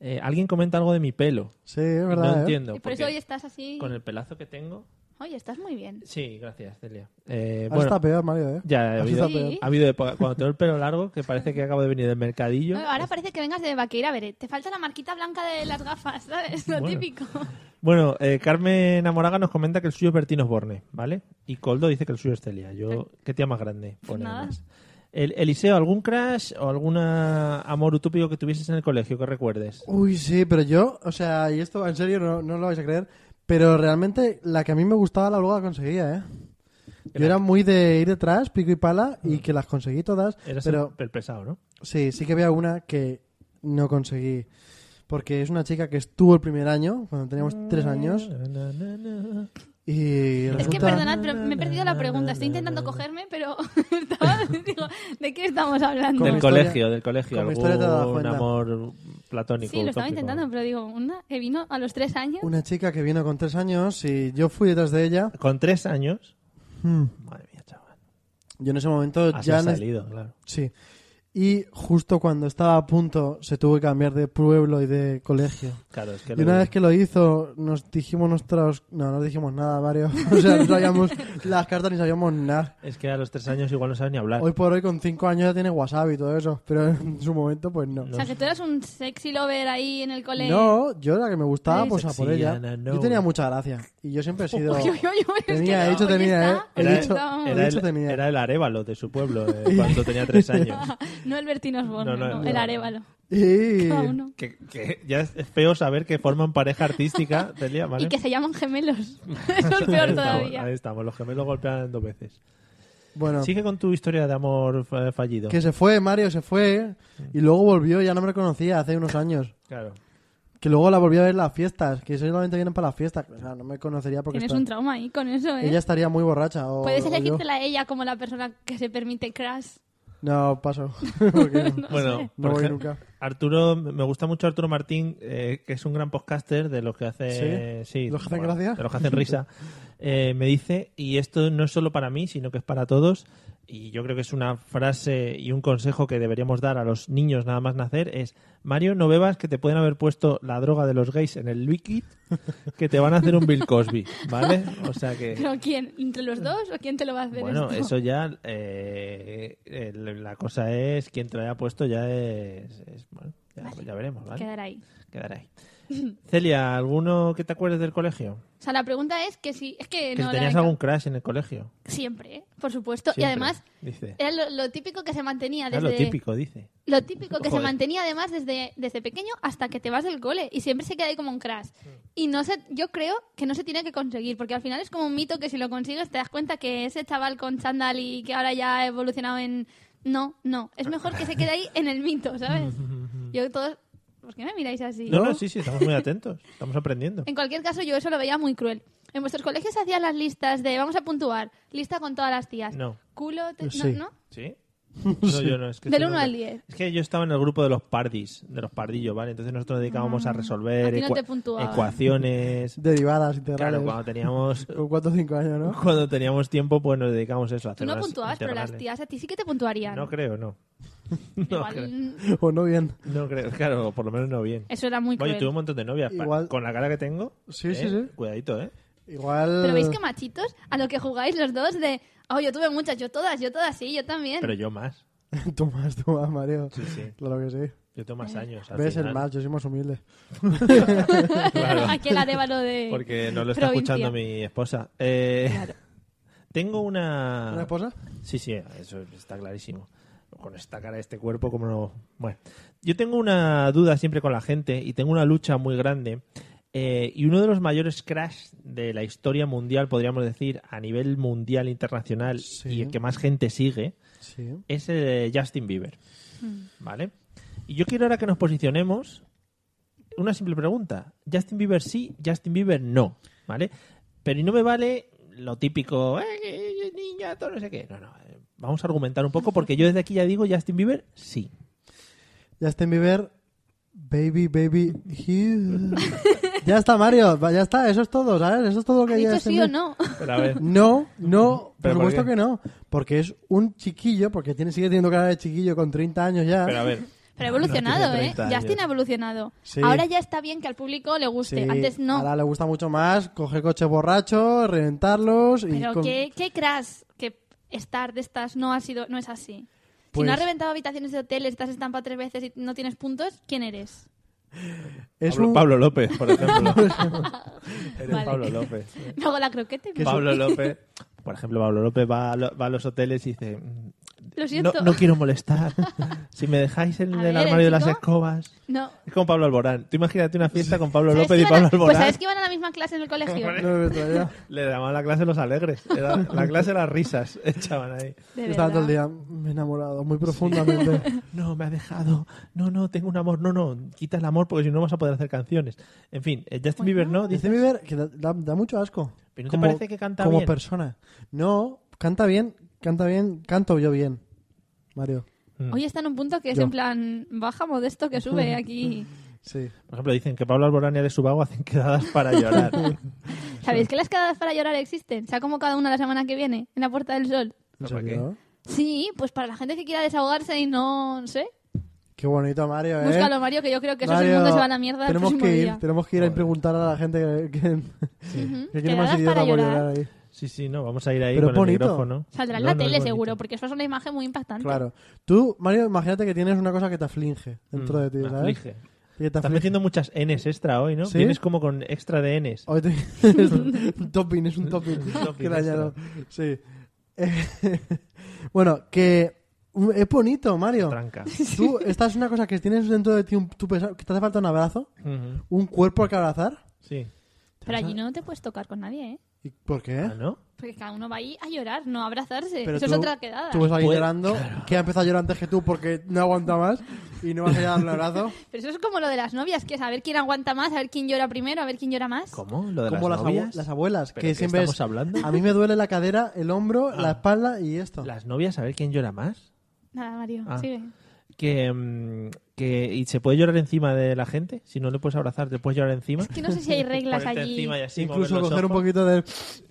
Speaker 1: eh, alguien comenta algo de mi pelo.
Speaker 2: Sí, es verdad.
Speaker 1: no
Speaker 2: ¿eh?
Speaker 1: entiendo.
Speaker 3: Y por eso
Speaker 1: porque
Speaker 3: hoy estás así.
Speaker 1: Con el pelazo que tengo.
Speaker 3: Oye, estás muy bien.
Speaker 1: Sí, gracias, Celia. Eh,
Speaker 2: Ahora
Speaker 1: bueno,
Speaker 2: está peor, Mario, ¿eh?
Speaker 1: ya ha
Speaker 2: ahora
Speaker 1: habido,
Speaker 3: está peor.
Speaker 1: ha habido época- Cuando tengo el pelo largo, que parece que acabo de venir del mercadillo.
Speaker 3: No, ahora parece que vengas de vaqueira. A ver, te falta la marquita blanca de las gafas, ¿sabes? Lo
Speaker 1: Bueno.
Speaker 3: típico.
Speaker 1: Bueno, eh, Carmen Amoraga nos comenta que el suyo es Bertino Osborne, ¿vale? Y Coldo dice que el suyo es Celia. Yo, qué tía más grande. pone
Speaker 3: Nada.
Speaker 1: además. El, Eliseo, ¿algún crash o algún ah, amor utópico que tuvieses en el colegio que recuerdes?
Speaker 2: Uy, sí, pero yo, o sea, y esto en serio no, no lo vais a creer, pero realmente la que a mí me gustaba la luego la conseguía, ¿eh? Yo era muy de ir detrás, pico y pala, y que las conseguí todas,
Speaker 1: Mm. Eras
Speaker 2: pero
Speaker 1: el, el pesado, ¿no?
Speaker 2: sí, sí que había una que no conseguí. Porque es una chica que estuvo el primer año, cuando teníamos tres años,
Speaker 1: Na, na, na.
Speaker 2: y resulta...
Speaker 3: Mm. Es que perdonad, pero me he perdido la pregunta. Estoy intentando cogerme, pero estaba- digo, ¿de qué estamos hablando?
Speaker 2: Con
Speaker 1: Del
Speaker 2: mi
Speaker 1: colegio,
Speaker 2: historia-
Speaker 1: del colegio.
Speaker 2: con mi historia te has dado
Speaker 1: Algún
Speaker 2: cuenta.
Speaker 1: amor platónico.
Speaker 3: Sí, lo estaba
Speaker 1: utópico.
Speaker 3: intentando, pero digo, una que vino a los tres años.
Speaker 2: Una chica que vino con tres años y yo fui detrás de ella.
Speaker 1: Con tres años.
Speaker 2: Hmm,
Speaker 1: Madre mía, chaval.
Speaker 2: Yo en ese momento
Speaker 1: Así
Speaker 2: ya...
Speaker 1: ha
Speaker 2: ne-
Speaker 1: salido, claro.
Speaker 2: Sí. Y justo cuando estaba a punto, se tuvo que cambiar de pueblo y de colegio.
Speaker 1: Claro, es que
Speaker 2: Y
Speaker 1: lo-
Speaker 2: una vez que lo hizo, nos dijimos nuestros... No, no dijimos nada, varios. O sea, no sabíamos las cartas ni sabíamos nada.
Speaker 1: Es que a los tres años igual no sabes ni hablar.
Speaker 2: Hoy por hoy, con cinco años, ya tiene WhatsApp y todo eso. Pero en su momento, pues no.
Speaker 3: O sea, que tú eras un sexy lover ahí en el cole.
Speaker 2: No, yo la que me gustaba, pues a por
Speaker 1: Sexy,
Speaker 2: ella.
Speaker 1: Ana, no.
Speaker 2: Yo tenía mucha gracia. Y yo siempre he sido...
Speaker 3: Uy, uy, uy, uy, es
Speaker 2: Tenía,
Speaker 3: que
Speaker 2: he
Speaker 3: no,
Speaker 2: dicho
Speaker 3: hoy
Speaker 2: tenía,
Speaker 3: está-
Speaker 2: ¿eh?
Speaker 3: hoy
Speaker 1: Era,
Speaker 3: está-
Speaker 1: el- era
Speaker 2: Dicho
Speaker 1: el,
Speaker 2: tenía.
Speaker 1: era el arévalo de su pueblo eh, cuando tenía tres años.
Speaker 3: No el Bertino Osborne,
Speaker 1: No, no,
Speaker 3: no,
Speaker 1: no.
Speaker 3: el Arevalo.
Speaker 2: Y...
Speaker 3: Cada uno.
Speaker 1: Que, que ya es es feo saber que forman pareja artística, Celia, ¿vale?
Speaker 3: Y que se llaman gemelos. Eso es peor
Speaker 1: Ahí estamos,
Speaker 3: todavía.
Speaker 1: Ahí estamos, los gemelos golpean dos veces.
Speaker 2: Bueno,
Speaker 1: Sigue con tu historia de amor eh, fallido.
Speaker 2: que se fue, Mario, se fue. Y
Speaker 1: Mm.
Speaker 2: luego volvió, ya no me reconocía hace unos años.
Speaker 1: Claro.
Speaker 2: Que luego la volví a ver en las fiestas, que solamente vienen para las fiestas. O sea, no me conocería porque
Speaker 3: Tienes
Speaker 2: está-
Speaker 3: un trauma ahí con eso, ¿eh?
Speaker 2: ella estaría muy borracha. O,
Speaker 3: Puedes
Speaker 2: o yo.
Speaker 3: elegírsela a ella como la persona que se permite crash.
Speaker 2: No, paso. Porque no,
Speaker 1: Bueno,
Speaker 2: no
Speaker 1: por
Speaker 2: voy
Speaker 1: ejem-
Speaker 2: nunca.
Speaker 1: Arturo, me gusta mucho Arturo Martín, eh, que es un gran podcaster de los que hace. Sí,
Speaker 2: ¿Los que hacen
Speaker 1: bueno,
Speaker 2: gracia?
Speaker 1: De los que hacen risa. Eh, me dice, y esto no es solo para mí, sino que es para todos. Y yo creo que es una frase y un consejo que deberíamos dar a los niños nada más nacer: es Mario, no bebas que te pueden haber puesto la droga de los gays en el liquid, que te van a hacer un Bill Cosby, ¿vale? O sea que.
Speaker 3: ¿Pero quién? ¿Entre los dos o quién te lo va a hacer?
Speaker 1: Bueno,
Speaker 3: esto?
Speaker 1: eso ya, eh, eh, la cosa es, quien te lo haya puesto ya es, es- bueno, ya, ya veremos, ¿vale?
Speaker 3: Quedará ahí.
Speaker 1: Quedará ahí. Celia, ¿alguno que te acuerdes del colegio?
Speaker 3: O sea, la pregunta es que si... Es que,
Speaker 1: Que
Speaker 3: Eh, no...
Speaker 1: si
Speaker 3: la-
Speaker 1: tenías algún crash en el colegio.
Speaker 3: Siempre, ¿eh? por supuesto. Y
Speaker 1: Siempre,
Speaker 3: además...
Speaker 1: Dice.
Speaker 3: Era lo, lo típico que se mantenía
Speaker 1: Era
Speaker 3: desde...
Speaker 1: lo típico, dice.
Speaker 3: lo típico que se
Speaker 1: Joder.
Speaker 3: mantenía además desde, desde pequeño hasta que te vas del cole y siempre se queda ahí como un crash. Y no sé, yo creo que no se tiene que conseguir, porque al final es como un mito que si lo consigues te das cuenta que ese chaval con chándal y que ahora ya ha evolucionado en... No, no, es mejor que se quede ahí en el mito, ¿sabes? Yo todos... ¿Por qué me miráis así?
Speaker 1: No, no, sí, sí, estamos muy atentos. Estamos aprendiendo.
Speaker 3: En cualquier caso, yo eso lo veía muy cruel. En vuestros colegios se hacían las listas de vamos a puntuar, lista con todas las tías.
Speaker 1: No.
Speaker 3: Culo, te-
Speaker 2: Sí.
Speaker 3: no, no.
Speaker 1: ¿Sí? No, yo no, es que
Speaker 3: Del
Speaker 1: soy
Speaker 3: uno
Speaker 1: un-
Speaker 3: al diez.
Speaker 1: Es que yo estaba en el grupo de los pardis, de los pardillos, ¿vale? Entonces nosotros nos dedicábamos a
Speaker 3: Ah, a
Speaker 1: resolver
Speaker 3: ti no
Speaker 1: ecua-
Speaker 3: te puntuaban.
Speaker 1: ecuaciones.
Speaker 2: Derivadas, integrales.
Speaker 1: Claro, cuando teníamos
Speaker 2: Con cuatro o cinco años, ¿no?
Speaker 1: cuando teníamos tiempo, pues nos dedicamos eso a
Speaker 3: Tú
Speaker 1: hacer
Speaker 3: no
Speaker 1: unas
Speaker 3: puntuabas, pero las
Speaker 1: integrales.
Speaker 3: tías a ti sí que te puntuarían.
Speaker 1: No creo, no.
Speaker 3: Igual,
Speaker 1: creo.
Speaker 3: mm,
Speaker 2: O no bien.
Speaker 1: No creo, claro, por lo menos no bien.
Speaker 3: Eso era muy
Speaker 1: Oye,
Speaker 3: cruel.
Speaker 1: tuve un montón de novias. pa-
Speaker 2: Igual-
Speaker 1: Con la cara que tengo.
Speaker 2: Sí,
Speaker 1: ¿eh?
Speaker 2: sí, sí.
Speaker 1: Cuidadito, ¿eh?
Speaker 2: Igual...
Speaker 3: Pero veis que machitos a lo que jugáis los dos de, oh, yo tuve muchas, yo todas, yo todas, sí, yo también.
Speaker 1: Pero yo más.
Speaker 2: tú más, tú más, Mario.
Speaker 1: Sí, sí.
Speaker 2: Claro que sí.
Speaker 1: Yo tengo más años. al
Speaker 2: Ves
Speaker 1: final,
Speaker 2: el más, yo soy más humilde.
Speaker 1: claro.
Speaker 3: Aquí el arévalo de...
Speaker 1: Porque no lo está
Speaker 3: provincia.
Speaker 1: escuchando mi esposa. Eh, Tengo una.
Speaker 2: ¿Una esposa?
Speaker 1: Sí, sí, eso está clarísimo. Con esta cara, este cuerpo, como no. Bueno, yo tengo una duda siempre con la gente y tengo una lucha muy grande. Eh, y uno de los mayores crash de la historia mundial, podríamos decir, a nivel mundial, internacional,
Speaker 2: Sí.
Speaker 1: y el que más gente sigue,
Speaker 2: Sí.
Speaker 1: es eh, Justin Bieber. ¿Vale? Y yo quiero ahora que nos posicionemos una simple pregunta. Justin Bieber sí, Justin Bieber no. ¿Vale? Pero y no me vale lo típico, "Eh, que- niña, todo no sé qué. No, no. eh, Vamos a argumentar un poco porque yo desde aquí ya digo Justin Bieber sí.
Speaker 2: Justin Bieber Baby, baby, here. ya está, Mario. va, Ya está, eso es todo, ¿sabes? Eso es todo lo que
Speaker 3: ¿Has
Speaker 2: hay
Speaker 3: dicho
Speaker 2: este
Speaker 3: sí o
Speaker 2: mes.
Speaker 3: no?
Speaker 1: Pero a ver.
Speaker 2: No, no, por
Speaker 1: ¿Pero por
Speaker 2: supuesto
Speaker 1: qué?
Speaker 2: que no. Porque es un chiquillo, porque tiene, sigue teniendo cara de chiquillo con 30 años ya.
Speaker 1: Pero a ver.
Speaker 3: Pero ha evolucionado,
Speaker 1: No tiene
Speaker 3: ¿eh?
Speaker 1: 30
Speaker 3: Justin
Speaker 1: años.
Speaker 3: ha evolucionado.
Speaker 2: Sí.
Speaker 3: Ahora ya está bien que al público le guste.
Speaker 2: Sí,
Speaker 3: Antes no.
Speaker 2: Ahora le gusta mucho más coger coches borrachos, reventarlos y.
Speaker 3: Pero
Speaker 2: con-
Speaker 3: qué, qué crash que estar de estas no ha sido, no es así. si
Speaker 2: Pues-
Speaker 3: no has reventado habitaciones de hoteles, te has estampado tres veces y no tienes puntos, ¿quién eres?
Speaker 2: Es
Speaker 1: Pablo,
Speaker 2: un-
Speaker 1: Pablo López, por ejemplo. Eres
Speaker 3: Vale.
Speaker 1: Pablo López.
Speaker 3: Me hago la croqueta y me voy.
Speaker 1: Pablo López. Por ejemplo, Pablo López va a, lo- va a los hoteles y dice: "Mm,
Speaker 3: Lo
Speaker 1: no,
Speaker 3: siento.
Speaker 1: no quiero molestar. Si me dejáis en
Speaker 3: A
Speaker 1: el
Speaker 3: ver,
Speaker 1: armario de
Speaker 3: el
Speaker 1: las
Speaker 3: chico-
Speaker 1: escobas.
Speaker 3: No.
Speaker 1: Es como Pablo Alborán. Tú imagínate una fiesta con Pablo
Speaker 3: ¿Sabes que
Speaker 1: López y
Speaker 3: iban a-
Speaker 1: Pablo
Speaker 3: Pues
Speaker 1: Alborán.
Speaker 3: sabes que iban a la misma clase en el colegio.
Speaker 2: No, no, no, ya.
Speaker 1: Le llamaban la clase los alegres. Era- la clase las risas. Echaban ahí.
Speaker 3: De
Speaker 2: Estaba todo el
Speaker 3: verdad.
Speaker 2: día me he enamorado muy profundamente.
Speaker 1: No, me ha dejado. No, no, tengo un amor. No, no, quita el amor porque si no vas a poder hacer canciones. En fin, eh, Justin Bieber no. Dice,
Speaker 2: Dice Bieber que da, da- da mucho asco.
Speaker 1: ¿Pero no te parece que canta
Speaker 2: como
Speaker 1: bien?
Speaker 2: persona. No, canta bien, canta bien, canto yo bien. Mario,
Speaker 1: mm,
Speaker 3: Hoy está en un punto que es
Speaker 2: Mm. Yo.
Speaker 3: en plan baja modesto que sube aquí.
Speaker 2: sí.
Speaker 1: por ejemplo, dicen que Pablo Alborán y Alex Subago hacen quedadas para llorar.
Speaker 3: ¿Sabéis que las quedadas para llorar existen? Se ha convocado una la semana que viene en la Puerta del Sol.
Speaker 2: ¿En
Speaker 1: ¿Para qué?
Speaker 2: serio?
Speaker 3: Sí, pues para la gente que quiera desahogarse y no, no sé.
Speaker 2: Qué bonito, Mario, ¿eh?
Speaker 3: Búscalo, Mario, que yo creo que eso es el
Speaker 2: Mario,
Speaker 3: mundo se va a la mierda el
Speaker 2: Tenemos
Speaker 3: próximo
Speaker 2: que ir,
Speaker 3: día.
Speaker 2: tenemos que ir a preguntar a la gente que, que-
Speaker 3: Ujú.
Speaker 2: que quiere
Speaker 3: Quedadas
Speaker 2: más idiota
Speaker 3: para
Speaker 2: por
Speaker 3: llorar.
Speaker 2: llorar ahí.
Speaker 1: Sí, sí, no, vamos a ir ahí
Speaker 2: Pero
Speaker 1: con
Speaker 2: es bonito.
Speaker 1: el micrófono.
Speaker 3: Saldrá en
Speaker 1: No,
Speaker 3: la
Speaker 1: no, es
Speaker 3: tele
Speaker 1: bonito.
Speaker 3: seguro, porque eso es una imagen muy impactante.
Speaker 2: Claro. Tú, Mario, imagínate que tienes una cosa que te aflige dentro
Speaker 1: Mm,
Speaker 2: de ti,
Speaker 1: me
Speaker 2: ¿sabes?
Speaker 1: aflige.
Speaker 2: Que te
Speaker 1: Estás
Speaker 2: aflige.
Speaker 1: metiendo muchas Ns extra hoy, ¿no?
Speaker 2: ¿Sí? Oh,
Speaker 1: Vienes como con extra de Ns.
Speaker 2: Hoy te- es un topping, es un topping.
Speaker 1: Un topping
Speaker 2: que le añado. Sí. Eh, bueno, que mm, es bonito, Mario.
Speaker 1: Tranca.
Speaker 2: Tú, esta es una cosa que tienes dentro de ti, un, tu pesar- que te hace falta un abrazo,
Speaker 1: Ujú,
Speaker 2: un cuerpo al que abrazar.
Speaker 1: Sí.
Speaker 2: ¿Eh?
Speaker 3: Pero allí no te puedes tocar con nadie, ¿eh?
Speaker 2: ¿Y ¿Por qué?
Speaker 1: Ah, ¿no?
Speaker 3: Porque cada uno va ahí a llorar, no a abrazarse.
Speaker 2: Pero
Speaker 3: eso
Speaker 2: tú-
Speaker 3: es otra quedada.
Speaker 2: Tú vas ahí
Speaker 1: Pues-
Speaker 2: llorando, que ha empezado a llorar antes que tú porque no aguanta más y no vas a ir a darle abrazo.
Speaker 3: Pero eso es como lo de las novias, que es a ver quién aguanta más, a ver quién llora primero, a ver quién llora más.
Speaker 1: ¿Cómo? ¿Lo de
Speaker 2: Como las,
Speaker 1: las,
Speaker 2: abu-
Speaker 1: novias?
Speaker 2: las abuelas,
Speaker 1: ¿Pero
Speaker 2: que
Speaker 1: qué
Speaker 2: siempre
Speaker 1: estamos
Speaker 2: es, Ah,
Speaker 1: hablando?
Speaker 2: A mí me duele la cadera, el hombro, la
Speaker 1: Ah.
Speaker 2: espalda y esto.
Speaker 1: Las novias, a ver quién llora más.
Speaker 3: Nada, Mario,
Speaker 1: Ah.
Speaker 3: sigue.
Speaker 1: Que, mm, que, ¿Y se puede llorar encima de la gente? Si no le puedes abrazar, ¿te puedes llorar encima?
Speaker 3: Es que no sé si hay reglas
Speaker 1: Ponerte
Speaker 3: allí.
Speaker 1: este encima y así,
Speaker 2: Incluso
Speaker 1: mover los
Speaker 2: coger un
Speaker 1: ojos.
Speaker 2: poquito de... En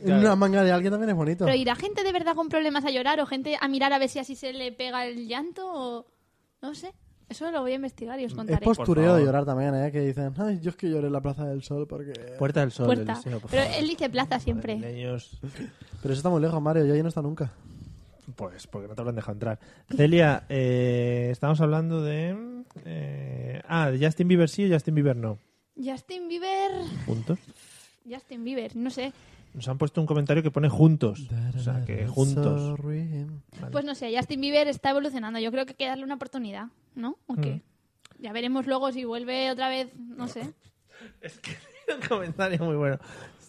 Speaker 1: Claro.
Speaker 2: una manga de alguien también es bonito.
Speaker 3: Pero irá gente de verdad con problemas a llorar o gente a mirar a ver si así se le pega el llanto o... No sé. Eso lo voy a investigar y os
Speaker 2: Es
Speaker 3: contaré.
Speaker 1: Por
Speaker 2: postureo
Speaker 1: favor.
Speaker 2: de llorar también, ¿eh? Que dicen, ay, yo es que lloré en la Plaza del Sol porque...
Speaker 1: Puerta del Sol,
Speaker 3: Puerta.
Speaker 1: Eliseo, por
Speaker 3: Pero
Speaker 1: favor.
Speaker 3: él dice plaza siempre.
Speaker 1: Madrileños,
Speaker 2: Pero eso está muy lejos, Mario, yo ahí no está nunca.
Speaker 1: Pues porque no te habrán dejado entrar. Celia, eh, estamos hablando de... eh, ah, de Justin Bieber sí o Justin Bieber no.
Speaker 3: Justin Bieber...
Speaker 1: ¿Juntos?
Speaker 3: Justin Bieber, no sé.
Speaker 1: Nos han puesto un comentario que pone juntos. O sea, que juntos.
Speaker 2: Sorry.
Speaker 3: Pues no sé, Justin Bieber está evolucionando. Yo creo que hay que darle una oportunidad, ¿no? ¿O qué?
Speaker 1: Mm.
Speaker 3: Ya veremos luego si vuelve otra vez, no sé.
Speaker 1: un comentario muy bueno.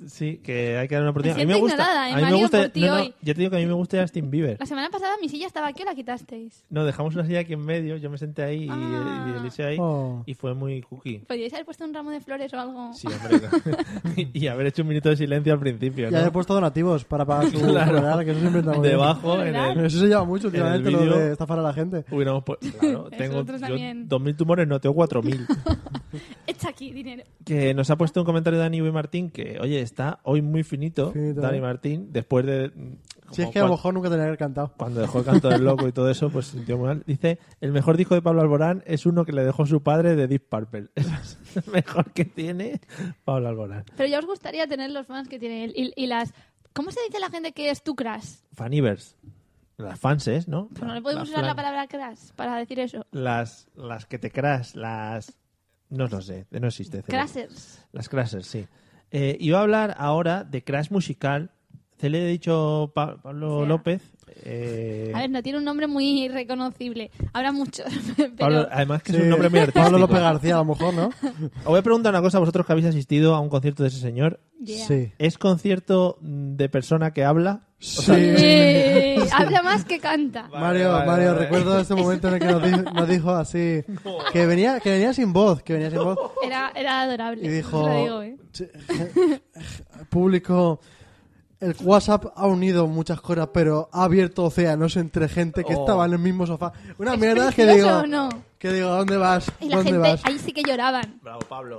Speaker 1: Sí, que hay que dar una oportunidad.
Speaker 3: Me
Speaker 1: a mí me
Speaker 3: siento
Speaker 1: gusta.
Speaker 3: ignorada, ¿eh,
Speaker 1: a mí me
Speaker 3: Mario,
Speaker 1: gusta.
Speaker 3: por ti
Speaker 1: no, no,
Speaker 3: hoy?
Speaker 1: ya te digo que a mí me gusta Justin Bieber.
Speaker 3: La semana pasada mi silla estaba aquí o la quitasteis.
Speaker 1: No, dejamos una silla aquí en medio. Yo me senté ahí y,
Speaker 3: Ah.
Speaker 1: y Eliseo ahí.
Speaker 2: Oh.
Speaker 1: Y fue muy cookie.
Speaker 3: Podríais haber puesto un ramo de flores o algo.
Speaker 1: Sí, hombre. y haber hecho un minuto de silencio al principio.
Speaker 2: Y
Speaker 1: ¿no?
Speaker 2: haber puesto donativos para pagar su
Speaker 1: Claro.
Speaker 2: funeral, que eso siempre está muy bien.
Speaker 1: Debajo, en el-
Speaker 2: Pero eso se lleva mucho
Speaker 1: En el
Speaker 2: últimamente, lo
Speaker 1: vídeo-
Speaker 2: de estafar a la gente.
Speaker 1: Hubiéramos pu- claro,
Speaker 3: Eso
Speaker 1: tengo
Speaker 3: otros
Speaker 1: yo
Speaker 3: también.
Speaker 1: 2.000 tumores, no, tengo 4.000.
Speaker 3: Echa aquí dinero.
Speaker 1: que nos ha puesto un comentario Dani B. Martín que, oye, está hoy muy finito,
Speaker 2: Finito,
Speaker 1: Dani
Speaker 2: ¿eh?
Speaker 1: Martín, después de... mm,
Speaker 2: Si es
Speaker 1: como
Speaker 2: que a lo
Speaker 1: cuan-
Speaker 2: mejor nunca tenía que haber cantado.
Speaker 1: cuando dejó el canto del loco y todo eso, pues sintió muy mal. Dice, el mejor disco de Pablo Alborán es uno que le dejó su padre de Deep Purple. Es el mejor que tiene Pablo Alborán.
Speaker 3: Pero ya os gustaría tener los fans que tiene él y, y las... ¿Cómo se dice la gente que es tu crush?
Speaker 1: Fanivers. Las fanses, ¿no?
Speaker 3: Pero no le podemos
Speaker 1: Las
Speaker 3: usar la
Speaker 1: flan-
Speaker 3: palabra crush para decir eso.
Speaker 1: Las, las que te crash, las... No lo sé, no existe. Celia.
Speaker 3: Crashers.
Speaker 1: Las crashers, sí. Eh, iba a hablar ahora de crash musical. Se le he dicho Pa- Pablo
Speaker 3: O sea.
Speaker 1: López. eh,
Speaker 3: A ver, no tiene un nombre muy reconocible. Habrá muchos, pero...
Speaker 1: Pablo- además que
Speaker 2: Sí,
Speaker 1: es un nombre muy artístico.
Speaker 2: Pablo López García, a lo mejor, ¿no?
Speaker 1: Os voy a preguntar una cosa a vosotros que habéis asistido a un concierto de ese señor.
Speaker 3: Yeah.
Speaker 2: Sí.
Speaker 1: ¿Es concierto mm, de persona que habla?
Speaker 2: Sí.
Speaker 3: Eh, habla más que canta.
Speaker 2: Mario,
Speaker 1: vale,
Speaker 2: Mario,
Speaker 1: vale.
Speaker 2: recuerdo ese momento en el que nos dijo, nos dijo así, que venía, que venía sin voz, que venía sin voz,
Speaker 3: Era, era adorable.
Speaker 2: y dijo,
Speaker 3: Lo digo, ¿eh?
Speaker 2: "Sí, público, el WhatsApp ha unido muchas cosas, pero ha abierto océanos entre gente que
Speaker 1: Oh.
Speaker 2: estaba en el mismo sofá. Una
Speaker 3: ¿Es
Speaker 2: mierda que
Speaker 3: precioso
Speaker 2: digo,
Speaker 3: o no?
Speaker 2: que digo, ¿a dónde vas?
Speaker 3: Y la
Speaker 2: ¿Dónde
Speaker 3: gente,
Speaker 2: vas?
Speaker 3: ahí sí que lloraban.
Speaker 1: Bravo, Pablo.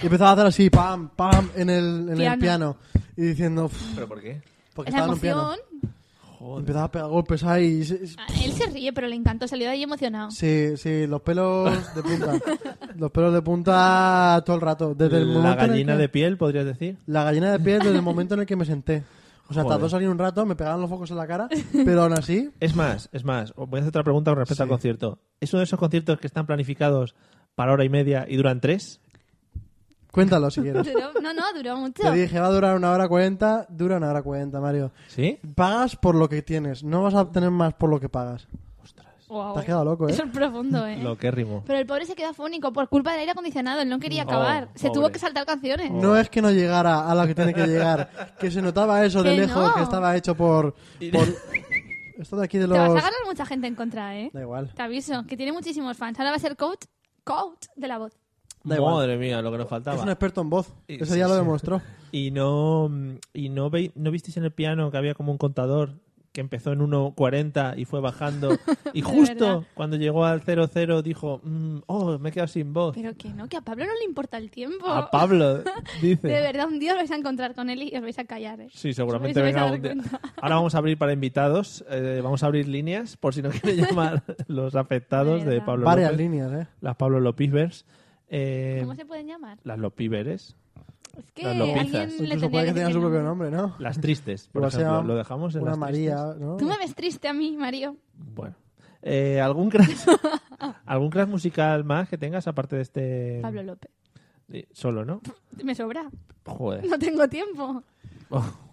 Speaker 2: Y empezaba a hacer así, pam, pam, en el, en el
Speaker 3: Piano.
Speaker 2: piano. Y diciendo, "Uf",
Speaker 1: ¿Pero por qué?
Speaker 2: porque
Speaker 3: La
Speaker 2: estaba en un piano.
Speaker 3: emoción.
Speaker 2: Empezaba a pegar golpes ahí. y se- se-
Speaker 3: Ah, Él se ríe, pero le encantó. Salió de ahí emocionado.
Speaker 2: Sí, sí, los pelos de punta. los pelos de punta todo el rato. Desde el
Speaker 1: La
Speaker 2: momento en el
Speaker 1: gallina
Speaker 2: que-
Speaker 1: de piel, podrías decir.
Speaker 2: La gallina de piel desde el momento en el que me senté. O sea,
Speaker 1: Joder.
Speaker 2: tardó salir un rato, me pegaban los focos en la cara, pero aún así...
Speaker 1: Es más, es más, os voy a hacer otra pregunta con respecto
Speaker 2: Sí.
Speaker 1: al concierto. ¿Es uno de esos conciertos que están planificados para hora y media y duran tres?
Speaker 2: Cuéntalo si quieres.
Speaker 3: Duró- no, no, duró mucho.
Speaker 2: Te dije, va a durar una hora cuarenta, dura una hora cuarenta, Mario.
Speaker 1: ¿Sí?
Speaker 2: Pagas por lo que tienes, no vas a obtener más por lo que pagas.
Speaker 3: Guau.
Speaker 2: Te has quedado loco, ¿eh?
Speaker 3: Eso es profundo, ¿eh?
Speaker 1: Lo que rimo.
Speaker 3: Pero el pobre se quedó afónico por culpa del aire acondicionado. Él no quería acabar. se
Speaker 1: pobre.
Speaker 3: tuvo que saltar canciones.
Speaker 1: Oh.
Speaker 2: No es que no llegara a lo que tiene que llegar, que se notaba eso de
Speaker 3: Que
Speaker 2: lejos,
Speaker 3: no.
Speaker 2: que estaba hecho por... por- Esto de aquí de
Speaker 3: Te vas a
Speaker 2: los...
Speaker 3: ganar mucha gente en contra, ¿eh?
Speaker 2: Da igual.
Speaker 3: Te aviso, que tiene muchísimos fans. Ahora va a ser coach, coach de la voz.
Speaker 2: Da igual.
Speaker 1: Madre mía, lo que nos
Speaker 2: Es un
Speaker 1: faltaba.
Speaker 2: experto en voz,
Speaker 1: Y-
Speaker 2: eso
Speaker 1: sí,
Speaker 2: ya lo
Speaker 1: sí.
Speaker 2: demostró.
Speaker 1: Y no y no, vei- no visteis en el piano que había como un contador que empezó en 1.40 y fue bajando. Y justo
Speaker 3: verdad.
Speaker 1: cuando llegó al 0.0 dijo, "Mm, oh, me he quedado sin voz.
Speaker 3: Pero que no, que a Pablo no le importa el tiempo.
Speaker 1: A Pablo, dice.
Speaker 3: De verdad, un día os vais a encontrar con él y os vais a callar, ¿eh?
Speaker 1: Sí, seguramente
Speaker 3: Os vais a
Speaker 1: venga
Speaker 3: dar
Speaker 1: un día.
Speaker 3: cuenta.
Speaker 1: Ahora vamos a abrir para invitados. eh, vamos a abrir líneas por si no quieren llamar los afectados
Speaker 3: De
Speaker 1: de
Speaker 3: verdad.
Speaker 1: Pablo
Speaker 2: Varias
Speaker 1: López,
Speaker 2: líneas, ¿eh?
Speaker 1: Las Pablo Lopivers. Eh,
Speaker 3: ¿Cómo se pueden llamar?
Speaker 1: las Lopiveres.
Speaker 3: Es que
Speaker 1: Las lopizas.
Speaker 3: alguien le
Speaker 2: Incluso
Speaker 3: tendría
Speaker 2: puede que
Speaker 3: que
Speaker 2: tenga
Speaker 3: decir "Mm,
Speaker 2: su propio
Speaker 3: el
Speaker 2: nombre, ¿no?
Speaker 1: Las tristes, por
Speaker 2: Igual se
Speaker 1: ejemplo.
Speaker 2: llama
Speaker 1: Lo dejamos en
Speaker 2: Una
Speaker 1: las
Speaker 2: María,
Speaker 1: tristes?
Speaker 2: ¿no?
Speaker 3: Tú me ves triste a mí, Mario.
Speaker 1: Bueno. Eh, ¿Algún crash, algún crash musical más que tengas aparte de este
Speaker 3: Pablo López.
Speaker 1: Eh, solo, ¿no?
Speaker 3: Me sobra.
Speaker 1: Joder. oh,
Speaker 3: No tengo tiempo.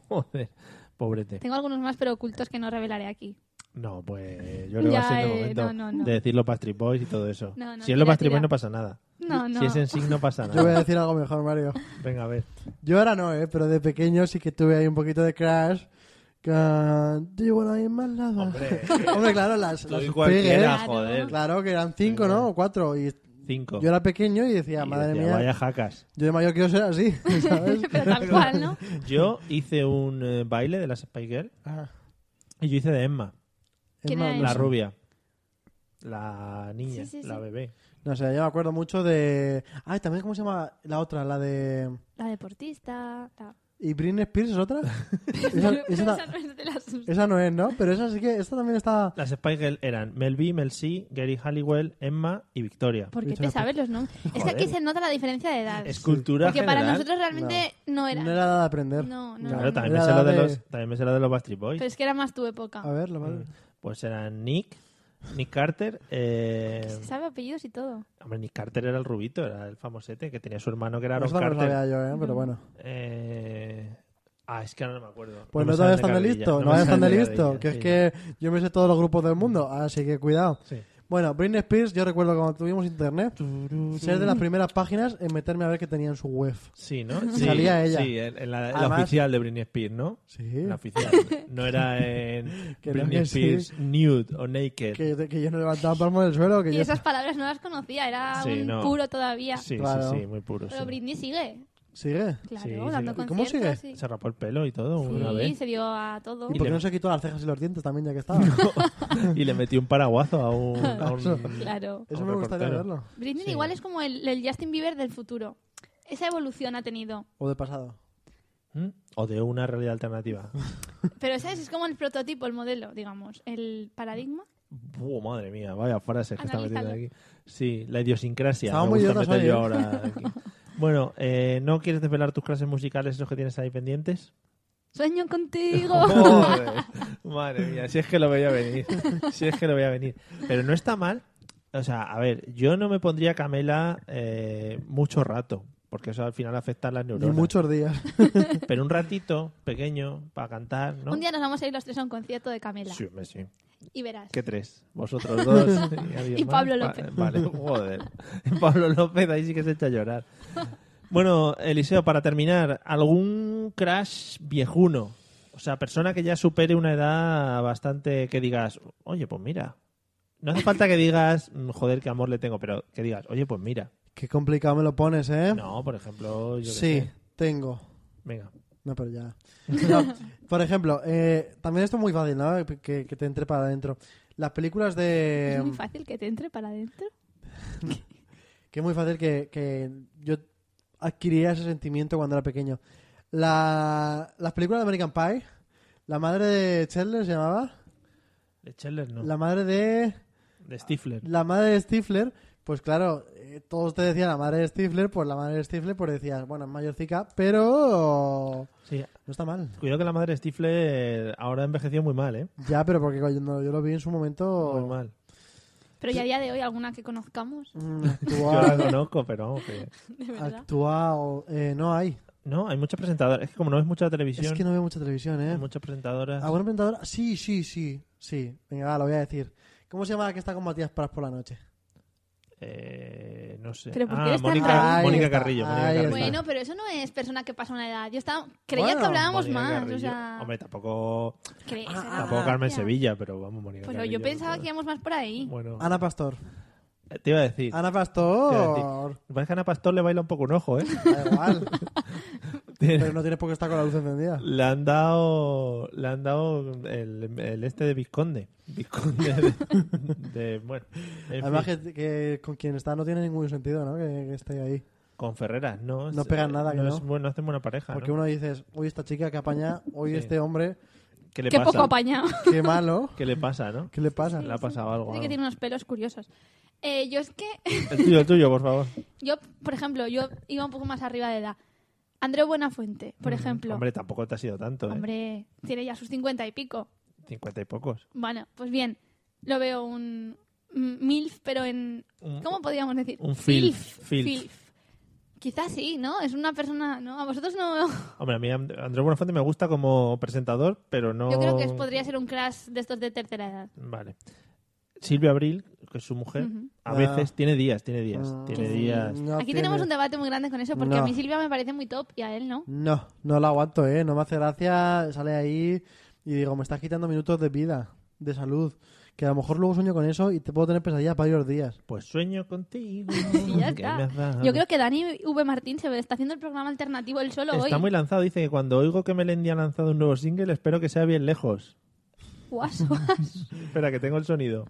Speaker 1: Joder. Pobrete.
Speaker 3: Tengo algunos más, pero ocultos que no revelaré aquí.
Speaker 1: No, pues yo creo que
Speaker 3: Ya,
Speaker 1: va siendo
Speaker 3: eh,
Speaker 1: momento
Speaker 3: no, no, no.
Speaker 1: de decir los Backstreet Boys y todo eso.
Speaker 3: No, no,
Speaker 1: si es los
Speaker 3: tira,
Speaker 1: Backstreet Boys
Speaker 3: tira.
Speaker 1: no pasa nada.
Speaker 3: No, no.
Speaker 1: Si es en sí no pasa
Speaker 2: Yo voy a
Speaker 1: nada.
Speaker 2: decir algo mejor, Mario.
Speaker 1: Venga, a ver.
Speaker 2: Yo ahora no, ¿eh? Pero de pequeño sí que tuve ahí un poquito de crash. Con... Do you wanna be my lover?
Speaker 1: Hombre.
Speaker 2: Hombre, claro, las, las
Speaker 1: Soy
Speaker 2: pegues,
Speaker 1: cualquiera,
Speaker 2: ¿eh?
Speaker 3: Claro.
Speaker 1: joder.
Speaker 2: Claro, que eran cinco, ¿no? O cuatro. Y
Speaker 1: Cinco.
Speaker 2: yo era pequeño y decía,
Speaker 1: Y
Speaker 2: madre
Speaker 1: decía,
Speaker 2: mía,
Speaker 1: Vaya jacas.
Speaker 2: yo de mayor quiero ser así, ¿sabes?
Speaker 3: pero tal cual, ¿no?
Speaker 1: Yo hice un eh, baile de las Spy Girl
Speaker 2: Ah,
Speaker 1: y yo hice de Emma,
Speaker 2: es
Speaker 3: ¿Quién
Speaker 2: más,
Speaker 3: era
Speaker 2: no
Speaker 1: la
Speaker 2: sé.
Speaker 1: rubia. La niña,
Speaker 3: Sí, sí, sí.
Speaker 1: la bebé.
Speaker 2: No sé, yo me acuerdo mucho de... Ay, también, ¿cómo se llama la otra? La de...
Speaker 3: La deportista. La...
Speaker 2: ¿Y Britney Spears es otra?
Speaker 3: Pero
Speaker 2: esa, esa
Speaker 3: esa
Speaker 2: ta-
Speaker 3: no es de las-
Speaker 2: esa no es, ¿no? Pero esa sí que... Esta también está...
Speaker 1: Las Spy Girl eran Mel B, Mel C, Gary Halliwell, Emma y Victoria.
Speaker 3: ¿Por qué
Speaker 2: Victoria
Speaker 3: te sabes los nombres? Es que
Speaker 1: Joder.
Speaker 3: aquí se nota la diferencia de edad.
Speaker 1: Escultura
Speaker 3: Porque para
Speaker 1: general.
Speaker 3: nosotros realmente no, era.
Speaker 2: No era nada de aprender.
Speaker 3: No, no,
Speaker 1: Claro,
Speaker 3: no.
Speaker 1: también me,
Speaker 2: Era
Speaker 1: sé lo
Speaker 2: la
Speaker 1: de
Speaker 2: de-
Speaker 1: los, también me sé lo de los Backstreet Boys.
Speaker 3: Pero es que era más tu época.
Speaker 2: A ver, la madre.
Speaker 1: Pues eran Nick, Nick Carter. eh,
Speaker 3: Se sabe apellidos y todo.
Speaker 1: hombre, Nick Carter era el rubito, era el famosete que tenía su hermano que era
Speaker 2: Pues
Speaker 1: Aaron
Speaker 2: esta no la
Speaker 1: Carter.
Speaker 2: sabía yo, ¿eh? Pero bueno.
Speaker 1: Eh, Ah, es que ahora no me acuerdo.
Speaker 2: Pues
Speaker 1: me
Speaker 2: no,
Speaker 1: salen
Speaker 2: todavía están de
Speaker 1: carrerilla,
Speaker 2: listo, no
Speaker 1: me
Speaker 2: todavía están
Speaker 1: salen
Speaker 2: de
Speaker 1: de
Speaker 2: listo.
Speaker 1: carrerilla,
Speaker 2: Que es
Speaker 1: sí.
Speaker 2: que yo me sé todos los grupos del mundo, así que cuidado.
Speaker 1: Sí.
Speaker 2: Bueno, Britney Spears, yo recuerdo cuando tuvimos internet, ser de las primeras páginas en meterme a ver qué tenía en su web.
Speaker 1: Sí, ¿no? Sí,
Speaker 2: Salía ella.
Speaker 1: Sí, en, en la, en la
Speaker 2: Además-
Speaker 1: oficial de Britney Spears, ¿no?
Speaker 2: Sí.
Speaker 1: La oficial. No era en
Speaker 2: Que no,
Speaker 1: Britney
Speaker 2: que sí.
Speaker 1: Spears nude o naked.
Speaker 2: Que, que yo no levantaba palmo del suelo, que
Speaker 3: Y
Speaker 2: yo...
Speaker 3: esas palabras no las conocía, era
Speaker 1: Sí,
Speaker 3: un
Speaker 1: no.
Speaker 3: puro todavía.
Speaker 1: Sí,
Speaker 2: Claro.
Speaker 1: sí, sí, muy puro.
Speaker 3: Pero
Speaker 1: sí.
Speaker 3: Britney sigue,
Speaker 2: ¿Sigue?
Speaker 3: claro,
Speaker 1: Sí,
Speaker 3: dando
Speaker 1: sigue.
Speaker 2: ¿Y cómo
Speaker 3: conciertos y-
Speaker 1: Se rapó el pelo y todo una
Speaker 3: Sí,
Speaker 1: vez.
Speaker 3: se dio a todo.
Speaker 2: ¿Y
Speaker 1: Y
Speaker 2: por
Speaker 1: le-
Speaker 2: qué no se quitó las cejas y los dientes también ya que estaba?
Speaker 1: Y le metió un paraguazo a un... a un-
Speaker 3: Claro.
Speaker 2: Eso
Speaker 1: Un
Speaker 2: me gustaría
Speaker 1: reportero.
Speaker 2: verlo.
Speaker 3: Britney
Speaker 1: Sí.
Speaker 3: igual es como el, el Justin Bieber del futuro. Esa evolución ha tenido.
Speaker 2: O de pasado.
Speaker 1: ¿Mm? O de una realidad alternativa.
Speaker 3: Pero, ¿sabes? Es como el prototipo, el modelo, digamos. El paradigma.
Speaker 1: Buah, madre mía, vaya frases que está metiendo
Speaker 3: Analízalo.
Speaker 1: aquí. Sí, la idiosincrasia. me
Speaker 2: Estamos muy
Speaker 1: gusta
Speaker 2: idiotas
Speaker 1: meter
Speaker 2: hoy,
Speaker 1: yo
Speaker 2: ¿eh?
Speaker 1: ahora aquí. Bueno, eh, ¿no quieres desvelar tus clases musicales, esos que tienes ahí pendientes?
Speaker 3: Sueño contigo.
Speaker 1: Joder, madre mía, si es que lo voy a venir. Si es que lo voy a venir. Pero no está mal. O sea, a ver, yo no me pondría Camela eh, mucho rato, porque eso al final afecta a las
Speaker 2: Ni
Speaker 1: neuronas.
Speaker 2: muchos días.
Speaker 1: Pero un ratito pequeño para cantar, ¿no?
Speaker 3: Un día nos vamos a ir los tres a un concierto de Camela.
Speaker 1: Sí, hombre, sí.
Speaker 3: Y verás.
Speaker 1: ¿Qué tres? Vosotros dos. y, alguien
Speaker 3: Y
Speaker 1: más.
Speaker 3: Pablo
Speaker 1: Va-
Speaker 3: López.
Speaker 1: Vale, joder. Pablo López ahí sí que se echa a llorar. Bueno, Eliseo, para terminar, ¿algún crash viejuno? O sea, persona que ya supere una edad bastante que digas, oye, pues mira. No hace falta que digas, "Mm, joder, qué amor le tengo, pero que digas, oye, pues mira.
Speaker 2: Qué complicado me lo pones, ¿eh?
Speaker 1: No, por ejemplo, yo qué
Speaker 2: sí,
Speaker 1: sé.
Speaker 2: tengo.
Speaker 1: Venga.
Speaker 2: No, pero ya. No, por ejemplo, eh, también esto es muy fácil, ¿no? Que, que te entre para adentro. Las películas de... mm,
Speaker 3: Es muy fácil que te entre para adentro.
Speaker 2: que es muy fácil que, que yo adquiriera ese sentimiento cuando era pequeño. La, las películas de American Pie, la madre de Chandler se llamaba,
Speaker 1: De Scheller, no.
Speaker 2: la madre de
Speaker 1: De Stifler.
Speaker 2: la madre de Stifler, pues claro, eh, todos te decían la madre de Stifler, pues la madre de Stifler, pues decías, bueno, es mayorcica, pero
Speaker 1: Sí.
Speaker 2: no está mal.
Speaker 1: Cuidado que la madre de Stifler ahora ha envejecido muy mal, ¿eh?
Speaker 2: Ya, pero porque cuando yo lo vi en su
Speaker 1: Muy
Speaker 2: momento
Speaker 1: mal.
Speaker 3: Pero ya a día de hoy, alguna que conozcamos,
Speaker 2: mm,
Speaker 1: Yo la
Speaker 2: actual,
Speaker 1: conozco, pero vamos que...
Speaker 3: de verdad.
Speaker 2: actual, eh, no hay.
Speaker 1: No, hay muchas presentadoras. Es que como no ves mucha televisión,
Speaker 2: Es que no veo mucha televisión,
Speaker 1: hay
Speaker 2: eh.
Speaker 1: muchas presentadoras.
Speaker 2: ¿Alguna presentadora? Sí, sí, sí, sí. Venga, va, lo voy a decir. ¿Cómo se llama la que está con Matías Pras por la noche?
Speaker 1: Eh, no sé.
Speaker 3: Pero ¿por qué
Speaker 1: ah,
Speaker 3: eres tan
Speaker 1: Mónica,
Speaker 2: raro?
Speaker 1: Mónica
Speaker 2: Ahí está,
Speaker 1: Carrillo. Mónica
Speaker 2: ahí
Speaker 1: Carrillo.
Speaker 2: está.
Speaker 3: Bueno, pero eso no es persona que pasa una edad. Yo estaba creía
Speaker 2: Bueno,
Speaker 3: que hablábamos
Speaker 1: Mónica
Speaker 3: más,
Speaker 1: Carrillo.
Speaker 3: o sea,
Speaker 1: Hombre, tampoco,
Speaker 3: ¿crees?
Speaker 2: Ah,
Speaker 1: tampoco Carmen
Speaker 3: Ya.
Speaker 1: Sevilla, pero vamos, Mónica
Speaker 3: Pues no,
Speaker 1: Carrillo.
Speaker 3: yo pensaba que íbamos más por ahí.
Speaker 1: Bueno,
Speaker 2: Ana Pastor.
Speaker 1: eh, te iba a decir.
Speaker 2: Ana
Speaker 1: Te iba
Speaker 2: Pastor.
Speaker 1: Parece que a Ana Pastor le baila un poco un ojo, ¿eh?
Speaker 2: Da igual. Pero no tienes por qué estar con la luz encendida.
Speaker 1: Le han dado, le han dado el, el este de Vizconde. Vizconde de, de- bueno. en
Speaker 2: Además
Speaker 1: fin,
Speaker 2: que, que con quien está no tiene ningún sentido, ¿no? Que, que esté ahí.
Speaker 1: con Ferreras, no.
Speaker 2: No
Speaker 1: es-
Speaker 2: pegan nada, que no.
Speaker 1: es bueno, hacen buena pareja.
Speaker 2: Porque
Speaker 1: ¿no?
Speaker 2: uno dices, hoy esta chica que apaña, hoy
Speaker 1: Sí.
Speaker 2: este hombre,
Speaker 1: ¿Qué le
Speaker 3: Qué
Speaker 1: pasa?
Speaker 3: poco apañado.
Speaker 2: qué malo.
Speaker 1: ¿Qué le pasa, no?
Speaker 2: ¿Qué le pasa?
Speaker 1: Ah, Le ha pasado algo.
Speaker 3: Dice que
Speaker 1: algo.
Speaker 3: tiene unos pelos curiosos. Eh, yo es que,
Speaker 1: El tuyo, el tuyo, por favor.
Speaker 3: yo, por ejemplo, yo iba un poco más arriba de edad. Andreu Buenafuente, por ejemplo.
Speaker 1: Hombre, tampoco te ha sido tanto, ¿eh?
Speaker 3: Hombre, tiene ya sus 50 y pico.
Speaker 1: 50 y pocos.
Speaker 3: Bueno, pues bien, lo veo un un MILF, pero en...
Speaker 1: Un-
Speaker 3: ¿Cómo podríamos decir?
Speaker 1: un filf, filf.
Speaker 3: Quizás sí, ¿no? Es una persona... ¿no? A vosotros no...
Speaker 1: Hombre, a mí And- Andrés Buenafuente me gusta como presentador, pero no...
Speaker 3: Yo creo que es- podría ser un crash de estos de tercera edad.
Speaker 1: Vale. Silvia Abril, que es su mujer,
Speaker 3: Ujú.
Speaker 1: a
Speaker 2: Ah.
Speaker 1: veces tiene días, tiene días, tiene
Speaker 3: sí.
Speaker 1: días.
Speaker 2: Mm, No
Speaker 3: Aquí
Speaker 2: tiene-
Speaker 3: tenemos un debate muy grande con eso, porque
Speaker 2: No.
Speaker 3: a mí Silvia me parece muy top y a él no.
Speaker 2: No, no la aguanto, ¿eh? No me hace gracia, sale ahí y digo, me estás quitando minutos de vida, de salud. Que a lo mejor luego sueño con eso y te puedo tener pesadillas varios días.
Speaker 1: Pues sueño contigo.
Speaker 3: Y ya
Speaker 1: que
Speaker 3: está.
Speaker 1: me has dado.
Speaker 3: Yo creo que Dani V. Martín se ve- está haciendo el programa alternativo él solo
Speaker 1: Está
Speaker 3: hoy.
Speaker 1: muy lanzado. Dice que cuando oigo que Melendi ha lanzado un nuevo single, espero que sea bien lejos.
Speaker 3: Guas, guas.
Speaker 1: Espera, que tengo el sonido.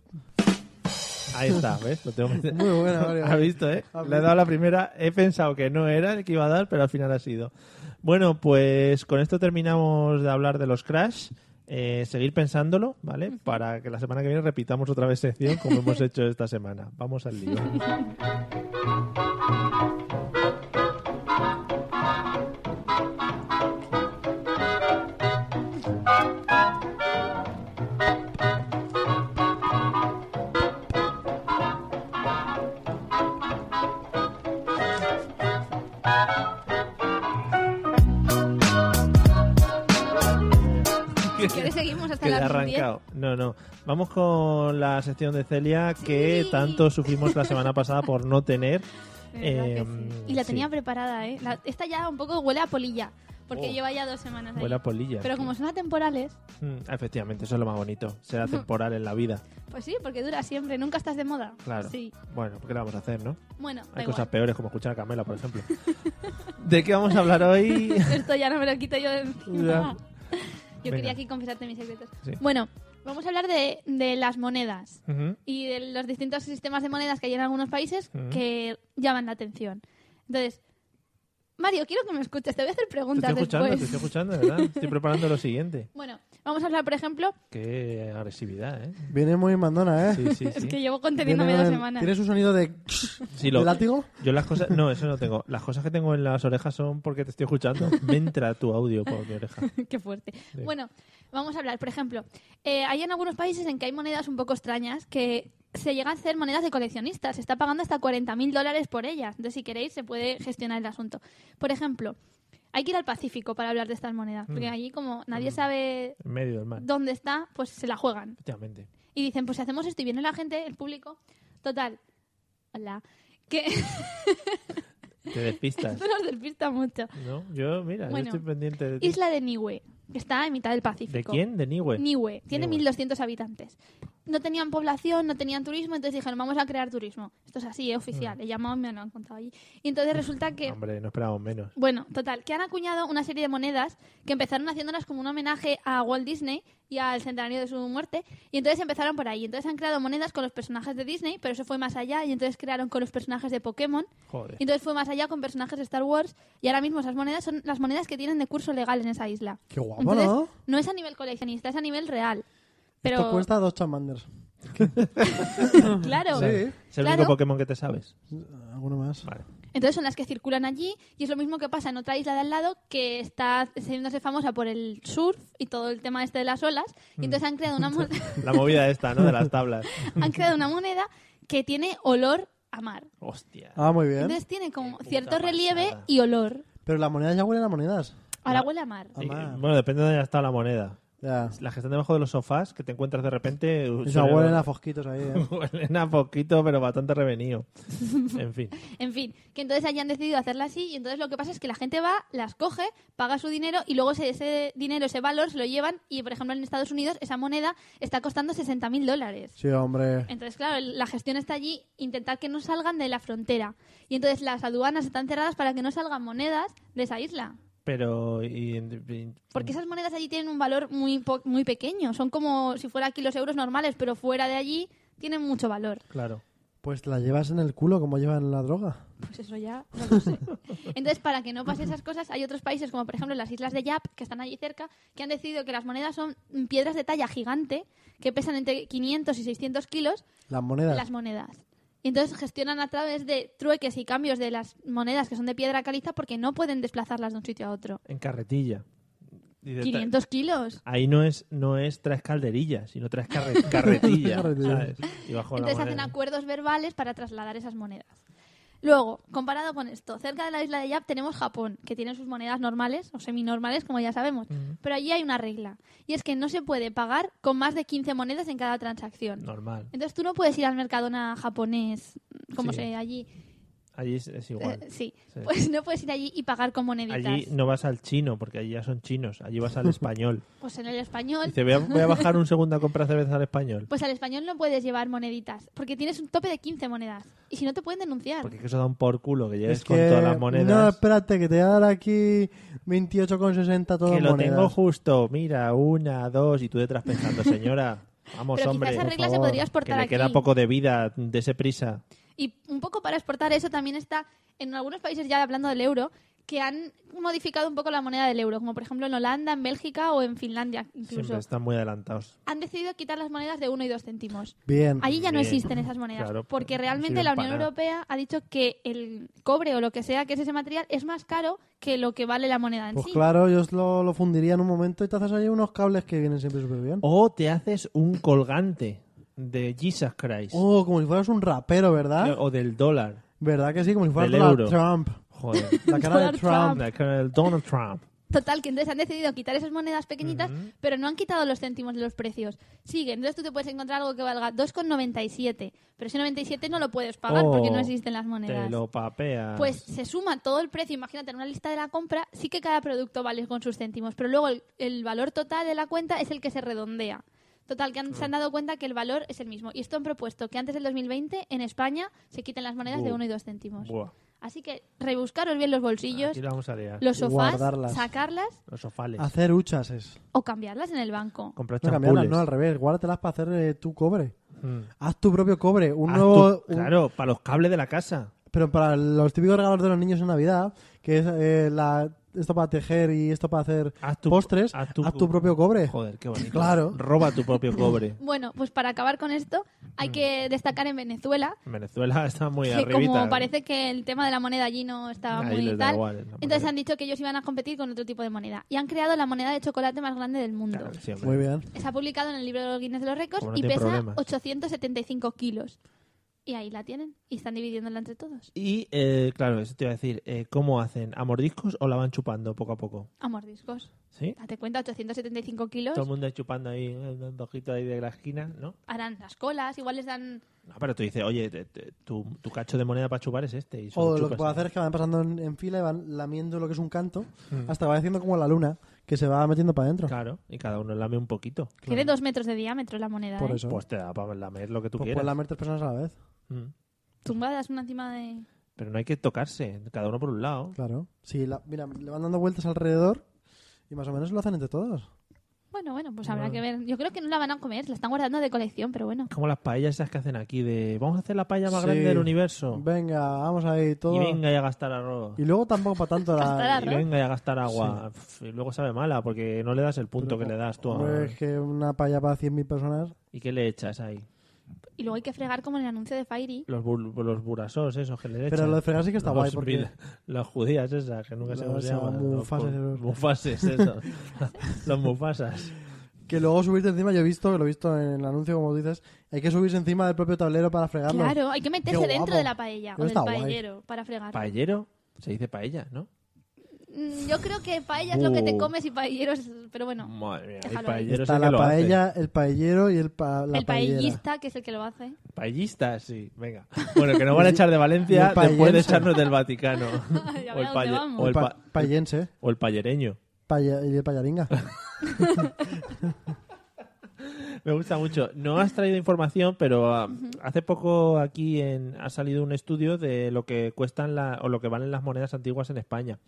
Speaker 1: Ahí está, ¿ves? Lo tengo que-
Speaker 2: Muy buena, Mario.
Speaker 1: ¿Has visto, eh?
Speaker 2: Ha
Speaker 1: Le he dado la primera. He pensado que no era el que iba a dar, pero al final ha sido. Bueno, pues con esto terminamos de hablar de los Crash. Eh, seguir pensándolo, ¿vale? Para que la semana que viene repitamos otra vez sección como hemos hecho esta semana. Vamos al lío.
Speaker 3: Si quieres seguimos hasta
Speaker 1: Que ya ha
Speaker 3: las 10.
Speaker 1: arrancado. No, no. Vamos con la sección de Celia que
Speaker 3: Sí.
Speaker 1: tanto sufrimos la semana pasada por no tener.
Speaker 3: De verdad que
Speaker 1: Em,
Speaker 3: sí. Y la tenía
Speaker 1: sí.
Speaker 3: preparada, ¿eh? La- esta ya un poco huele a polilla, porque
Speaker 1: Oh.
Speaker 3: lleva ya dos semanas ahí.
Speaker 1: Huele a polilla.
Speaker 3: Pero como son atemporales,
Speaker 1: Mm, Efectivamente, eso es lo más bonito. Será temporal en la vida.
Speaker 3: pues sí, porque dura siempre, nunca estás de moda.
Speaker 1: Claro.
Speaker 3: Sí.
Speaker 1: Bueno, ¿qué le vamos a hacer, no?
Speaker 3: Bueno, da
Speaker 1: Hay cosas
Speaker 3: igual.
Speaker 1: peores como escuchar a Camela, por ejemplo. ¿De qué vamos a hablar hoy?
Speaker 3: Esto ya no me lo quito yo de encima. Yo
Speaker 1: Venga.
Speaker 3: quería aquí confesarte mis secretos.
Speaker 1: Sí.
Speaker 3: Bueno, vamos a hablar de, de las monedas
Speaker 1: Ujú.
Speaker 3: y de los distintos sistemas de monedas que hay en algunos países
Speaker 1: Ujú.
Speaker 3: que llaman la atención. Entonces, Mario, quiero que me escuches. Te voy a hacer
Speaker 1: Te estoy
Speaker 3: preguntas
Speaker 1: escuchando,
Speaker 3: después.
Speaker 1: te estoy escuchando, de verdad. Estoy preparando lo siguiente.
Speaker 3: Bueno, vamos a hablar, por ejemplo,
Speaker 1: Qué agresividad, ¿eh?
Speaker 2: Viene muy mandona, ¿eh?
Speaker 1: Sí, sí,
Speaker 3: es
Speaker 1: sí.
Speaker 3: que llevo conteniéndome dos semanas.
Speaker 2: ¿Tienes un sonido de,
Speaker 1: Sí, lo-
Speaker 2: de látigo?
Speaker 1: Yo las cosas... No, eso no tengo. Las cosas que tengo en las orejas son porque te estoy escuchando. Me entra tu audio por mi oreja.
Speaker 3: Qué fuerte. Bueno, vamos a hablar, por ejemplo, eh, hay en algunos países en que hay monedas un poco extrañas que se llegan a ser monedas de coleccionistas. Se está pagando hasta 40.000 dólares por ellas. Entonces, si queréis, se puede gestionar el asunto. Por ejemplo, hay que ir al Pacífico para hablar de estas monedas, porque
Speaker 1: Mm.
Speaker 3: allí como nadie sabe
Speaker 1: En medio del mar.
Speaker 3: dónde está, pues se la juegan.
Speaker 1: Efectivamente.
Speaker 3: Y dicen, pues si hacemos esto y viene la gente, el público, total, hola, que
Speaker 1: Te despistas,
Speaker 3: esto nos despista mucho.
Speaker 1: ¿no? Yo, mira,
Speaker 3: Bueno.
Speaker 1: yo estoy pendiente de ti.
Speaker 3: Isla de Niue, que está en mitad del
Speaker 1: ¿De
Speaker 3: Pacífico.
Speaker 1: quién? De Niue.
Speaker 3: Niue. Tiene
Speaker 1: Niue.
Speaker 3: 1.200 habitantes. no tenían población, no tenían turismo, entonces dijeron, vamos a crear turismo. Esto es así, es oficial. He llamado, me lo han contado allí. Y entonces resulta que...
Speaker 1: Mm. Hombre, no esperábamos menos.
Speaker 3: Bueno, total, que han acuñado una serie de monedas que empezaron haciéndolas como un homenaje a Walt Disney y al centenario de su muerte. Y entonces empezaron por ahí. Entonces han creado monedas con los personajes de Disney, pero eso fue más allá. Y entonces crearon con los personajes de Pokémon.
Speaker 1: Joder.
Speaker 3: Y entonces fue más allá con personajes de Star Wars. Y ahora mismo esas monedas son las monedas que tienen de curso legal en esa isla.
Speaker 2: Qué guapo,
Speaker 3: Entonces,
Speaker 2: ¿no?
Speaker 3: no es a nivel coleccionista, es a nivel real.
Speaker 2: Esto
Speaker 3: Pero,
Speaker 2: cuesta dos chamanders.
Speaker 3: claro.
Speaker 2: Sí.
Speaker 1: Es el único
Speaker 3: Claro.
Speaker 1: Pokémon que te sabes.
Speaker 2: Alguno más.
Speaker 1: Vale.
Speaker 3: Entonces son las que circulan allí y es lo mismo que pasa en otra isla de al lado que está haciéndose famosa por el surf y todo el tema este de las olas.
Speaker 2: Mm.
Speaker 3: Y entonces han creado una, mon-
Speaker 1: La movida esta, ¿no? De las tablas.
Speaker 3: han creado una moneda que tiene olor a mar.
Speaker 1: Hostia.
Speaker 2: Ah, muy bien.
Speaker 3: Entonces tiene como
Speaker 1: Qué puta
Speaker 3: cierto relieve
Speaker 1: pasada.
Speaker 3: y olor.
Speaker 2: Pero las monedas ya huelen a monedas.
Speaker 3: Ahora huele a mar.
Speaker 2: Ah,
Speaker 1: Y-
Speaker 2: man.
Speaker 1: eh, bueno, depende de dónde haya estado la moneda.
Speaker 2: Ya.
Speaker 1: Las que están debajo de los sofás, que te encuentras de repente... uh,
Speaker 2: Esas
Speaker 1: suelen-
Speaker 2: huelen a fosquitos ahí. ¿eh?
Speaker 1: Huelen a poquito, pero bastante revenido. En fin.
Speaker 3: En fin, que entonces hayan decidido hacerla así y entonces lo que pasa es que la gente va, las coge, paga su dinero y luego ese, ese dinero, ese valor, se lo llevan y, por ejemplo, en Estados Unidos esa moneda está costando 60.000 mil dólares.
Speaker 2: Sí, hombre.
Speaker 3: Entonces, claro, el- la gestión está allí, intentar que no salgan de la frontera. Y entonces las aduanas están cerradas para que no salgan monedas de esa isla.
Speaker 1: Pero... y- y-
Speaker 3: Porque esas monedas allí tienen un valor muy, po- muy pequeño. Son como si fuera aquí los euros normales, pero fuera de allí tienen mucho valor.
Speaker 1: Claro.
Speaker 2: Pues te las llevas en el culo como llevan la droga.
Speaker 3: Pues eso ya no lo sé. Entonces, para que no pase esas cosas, hay otros países, como por ejemplo las islas de Yap, que están allí cerca, que han decidido que las monedas son mm, piedras de talla gigante, que pesan entre 500 y 600 kilos,
Speaker 2: Las monedas.
Speaker 3: las monedas. Y entonces gestionan a través de trueques y cambios de las monedas que son de piedra caliza porque no pueden desplazarlas de un sitio a otro.
Speaker 1: En carretilla. Y de tra-
Speaker 3: 500 kilos.
Speaker 1: Ahí no es, no es traes calderillas, sino traes carre- carretilla.
Speaker 2: Carretilla.
Speaker 1: ¿sabes? Y bajo la
Speaker 3: Entonces hacen
Speaker 1: moneda.
Speaker 3: acuerdos verbales para trasladar esas monedas. Luego, comparado con esto, cerca de la isla de Yap tenemos Japón, que tiene sus monedas normales o seminormales, como ya sabemos. Pero allí hay una regla, y es que no se puede pagar con más de 15 monedas en cada transacción.
Speaker 1: Normal.
Speaker 3: Entonces tú no puedes ir al mercadona japonés, mm, como
Speaker 1: Sí.
Speaker 3: se allí.
Speaker 1: Allí es, es igual.
Speaker 3: Eh, sí.
Speaker 1: Sí.
Speaker 3: pues no puedes ir allí y pagar con moneditas.
Speaker 1: Allí no vas al chino, porque allí ya son chinos. Allí vas al español.
Speaker 3: Pues en el español,
Speaker 1: Dice, voy a, voy a bajar un segundo a comprar cerveza al español.
Speaker 3: pues al español no puedes llevar moneditas, porque tienes un tope de 15 monedas. Y si no te pueden denunciar.
Speaker 1: Porque es que eso da un por culo que llegues
Speaker 2: Es
Speaker 1: con
Speaker 2: que-
Speaker 1: todas las
Speaker 2: No,
Speaker 1: monedas.
Speaker 2: espérate, que te voy a dar aquí 28,60 todo
Speaker 1: que lo
Speaker 2: monedas.
Speaker 1: tengo justo. Mira, una, dos, y tú detrás pensando, señora. Vamos,
Speaker 3: Pero
Speaker 1: hombre.
Speaker 3: quizás esa
Speaker 1: por
Speaker 3: regla se
Speaker 1: favor,
Speaker 3: podría exportar
Speaker 1: Que le
Speaker 3: aquí.
Speaker 1: queda poco de vida, dese prisa.
Speaker 3: Y un poco para exportar eso también está en algunos países ya hablando del euro que han modificado un poco la moneda del euro, como por ejemplo en Holanda, en Bélgica o en Finlandia
Speaker 1: Siempre
Speaker 3: incluso.
Speaker 1: están muy adelantados.
Speaker 3: Han decidido quitar las monedas de 1 y 2 céntimos.
Speaker 2: Bien.
Speaker 3: Allí ya no
Speaker 1: Bien.
Speaker 3: existen esas monedas,
Speaker 1: Claro,
Speaker 3: porque
Speaker 1: han
Speaker 3: realmente
Speaker 1: sido
Speaker 3: la Unión
Speaker 1: empanadas.
Speaker 3: Europea ha dicho que el cobre o lo que sea que es ese material es más caro que lo que vale la moneda en
Speaker 2: Pues
Speaker 3: sí.
Speaker 2: claro, yo os lo, lo fundiría en un momento y te haces ahí unos cables que vienen siempre súper bien. Oh.
Speaker 1: O te haces un colgante de Jesus Christ.
Speaker 2: Oh,
Speaker 1: eh,
Speaker 2: como si fueras un rapero, ¿verdad?
Speaker 1: O del dólar.
Speaker 2: ¿Verdad que sí? Como si fueras
Speaker 1: Del
Speaker 2: Donald
Speaker 1: euro.
Speaker 2: Trump.
Speaker 1: Joder.
Speaker 2: La cara de
Speaker 3: Donald Trump.
Speaker 2: Trump.
Speaker 1: La cara del Donald Trump.
Speaker 3: Total, que entonces han decidido quitar esas monedas pequeñitas, pero no han quitado los céntimos de los precios. Sigue, entonces tú te puedes encontrar algo que valga 2,97, pero ese 97 no lo puedes pagar porque
Speaker 1: Oh,
Speaker 3: no existen las monedas.
Speaker 1: Te lo papeas.
Speaker 3: Pues se suma todo el precio, imagínate, en una lista de la compra, sí que cada producto vale con sus céntimos, pero luego el, el valor total de la cuenta es el que se redondea. Total, que han- se han dado cuenta que el valor es el mismo. Y esto han propuesto que antes del 2020 en España se quiten las monedas de
Speaker 1: Buh.
Speaker 3: 1 y 2 céntimos.
Speaker 1: Buah.
Speaker 3: Así que rebuscaros bien los bolsillos,
Speaker 1: Aquí lo vamos a liar.
Speaker 3: los
Speaker 2: Y
Speaker 3: sofás,
Speaker 2: guardarlas.
Speaker 3: sacarlas
Speaker 1: Los sofales.
Speaker 2: Hacer huchas es.
Speaker 3: o cambiarlas en el banco.
Speaker 1: Comprar
Speaker 2: No, cambiarlas,
Speaker 1: champules.
Speaker 2: no, al revés. Guárdatelas para hacer eh, tu cobre.
Speaker 1: Mm.
Speaker 2: Haz tu propio cobre. Un
Speaker 1: Haz
Speaker 2: nuevo...
Speaker 1: tú-
Speaker 2: un-
Speaker 1: Claro, para los cables de la casa.
Speaker 2: Pero para los típicos regalos de los niños en Navidad, que es eh, la, esto para tejer y esto para hacer
Speaker 1: Haz tu-
Speaker 2: postres,
Speaker 1: haz
Speaker 2: haz
Speaker 1: tu-
Speaker 2: tu, propio cobre.
Speaker 1: Joder, qué bonito.
Speaker 2: Claro.
Speaker 1: Roba tu propio cobre.
Speaker 3: Bueno, pues para acabar con esto,
Speaker 1: Mm.
Speaker 3: hay que destacar en Venezuela
Speaker 1: En Venezuela está muy
Speaker 3: que
Speaker 1: arribita. ¿eh?
Speaker 3: como parece que el tema de la moneda allí no estaba
Speaker 1: Ahí
Speaker 3: muy
Speaker 1: les da
Speaker 3: tal,
Speaker 1: igual, la
Speaker 3: entonces
Speaker 1: moneda.
Speaker 3: han dicho que ellos iban a competir con otro tipo de moneda. Y han creado la moneda de chocolate más grande del mundo.
Speaker 1: Claro, sí, hombre.
Speaker 2: Muy bien.
Speaker 3: Se ha publicado en el libro de los Guinness de los Récords
Speaker 1: Como no
Speaker 3: y
Speaker 1: tiene
Speaker 3: pesa
Speaker 1: problemas.
Speaker 3: 875 kilos. Y ahí la tienen. Y están dividiéndola entre todos.
Speaker 1: Y, eh, claro, eso te iba a decir. eh, ¿Cómo hacen? ¿A mordiscos o la van chupando poco a poco?
Speaker 3: A mordiscos.
Speaker 1: ¿Sí?
Speaker 3: Date cuenta, 875 kilos.
Speaker 1: Todo el mundo chupando ahí, eh, un ojito ahí de la esquina, ¿no?
Speaker 3: Harán las colas, igual les dan...
Speaker 1: No, pero tú dices, oye, te- te- tu, tu cacho de moneda para chupar es este. Y solo
Speaker 2: O lo
Speaker 1: chupas
Speaker 2: que puedo
Speaker 1: ahí.
Speaker 2: hacer es que van pasando en, en fila y van lamiendo lo que es un canto, hasta que va haciendo como la luna, que se va metiendo para adentro.
Speaker 1: Mm. Claro, y cada uno lame un poquito.
Speaker 3: Tiene dos metros de diámetro la moneda.
Speaker 2: Por
Speaker 3: ¿eh?
Speaker 2: eso.
Speaker 1: Pues te da para lamer lo que tú
Speaker 2: Pues
Speaker 1: quieras.
Speaker 2: puedes lamer tres personas a la vez.
Speaker 1: Mm.
Speaker 3: Tumbadas una encima de.
Speaker 1: Pero no hay que tocarse, cada uno por un lado.
Speaker 2: Claro. Sí, la- mira, le van dando vueltas alrededor y más o menos lo hacen entre todos.
Speaker 3: Bueno, bueno, pues habrá que ver. Yo creo que no la van a comer, la están guardando de colección, pero bueno.
Speaker 1: Como las paellas esas que hacen aquí de vamos a hacer la paella más
Speaker 2: Sí.
Speaker 1: grande del universo.
Speaker 2: Venga, vamos ahí todo.
Speaker 1: Y venga y a gastar arroz.
Speaker 2: Y luego tampoco para tanto la...
Speaker 3: Gastar
Speaker 1: Y
Speaker 3: arroz.
Speaker 1: venga y a gastar agua. Pf, Y luego sabe mala porque no le das el punto que le das tú. a-
Speaker 2: Hombre, es Pues que una paella para 100.000 personas...
Speaker 1: ¿Y qué le echas ahí?
Speaker 3: Y luego hay que fregar como en el anuncio de Fairy.
Speaker 1: Los, bur- los burasos esos que le echan.
Speaker 2: Pero lo de fregar sí que está
Speaker 1: Los
Speaker 2: guay porque...
Speaker 1: vil- Las judías esas que nunca se
Speaker 2: Las
Speaker 1: nos llaman. los
Speaker 2: mufases
Speaker 1: pu-
Speaker 2: esos.
Speaker 1: mufases esos. los mufasas.
Speaker 2: Que luego subirte encima, yo he visto, que lo he visto en el anuncio, como dices, hay que subirse encima del propio tablero para fregarlo.
Speaker 3: Claro, hay que meterse
Speaker 2: Qué
Speaker 3: dentro
Speaker 2: guapo.
Speaker 3: de la paella
Speaker 2: Eso
Speaker 3: o del
Speaker 2: está guay.
Speaker 3: paellero para fregar.
Speaker 1: Paellero, se dice paella, ¿no?
Speaker 3: Mm, Yo creo que paella es lo que te
Speaker 1: Uh.
Speaker 3: comes y paelleros, pero bueno.
Speaker 1: Madre mía, hay
Speaker 3: Déjalo ahí.
Speaker 1: paelleros
Speaker 2: Está
Speaker 1: que
Speaker 2: la
Speaker 1: lo hacen.
Speaker 2: paella, el paellero y el pa- la
Speaker 3: el
Speaker 2: paellera.
Speaker 3: paellista, que es el que lo hace.
Speaker 1: Paellistas, sí, venga. Bueno, que nos van a echar de Valencia
Speaker 2: Y el
Speaker 1: después de
Speaker 2: paellense.
Speaker 1: echarnos del Vaticano. o, el
Speaker 3: Ya verá dónde
Speaker 1: palle-
Speaker 3: vamos.
Speaker 1: o, el
Speaker 2: Pa-
Speaker 1: pa-
Speaker 2: paellense,
Speaker 1: o el payereño.
Speaker 2: paella- y el payaringa.
Speaker 1: Me gusta mucho. No has traído información, pero ah, hace poco aquí en, ha salido un estudio de lo que cuestan la, o lo que valen las monedas antiguas en España.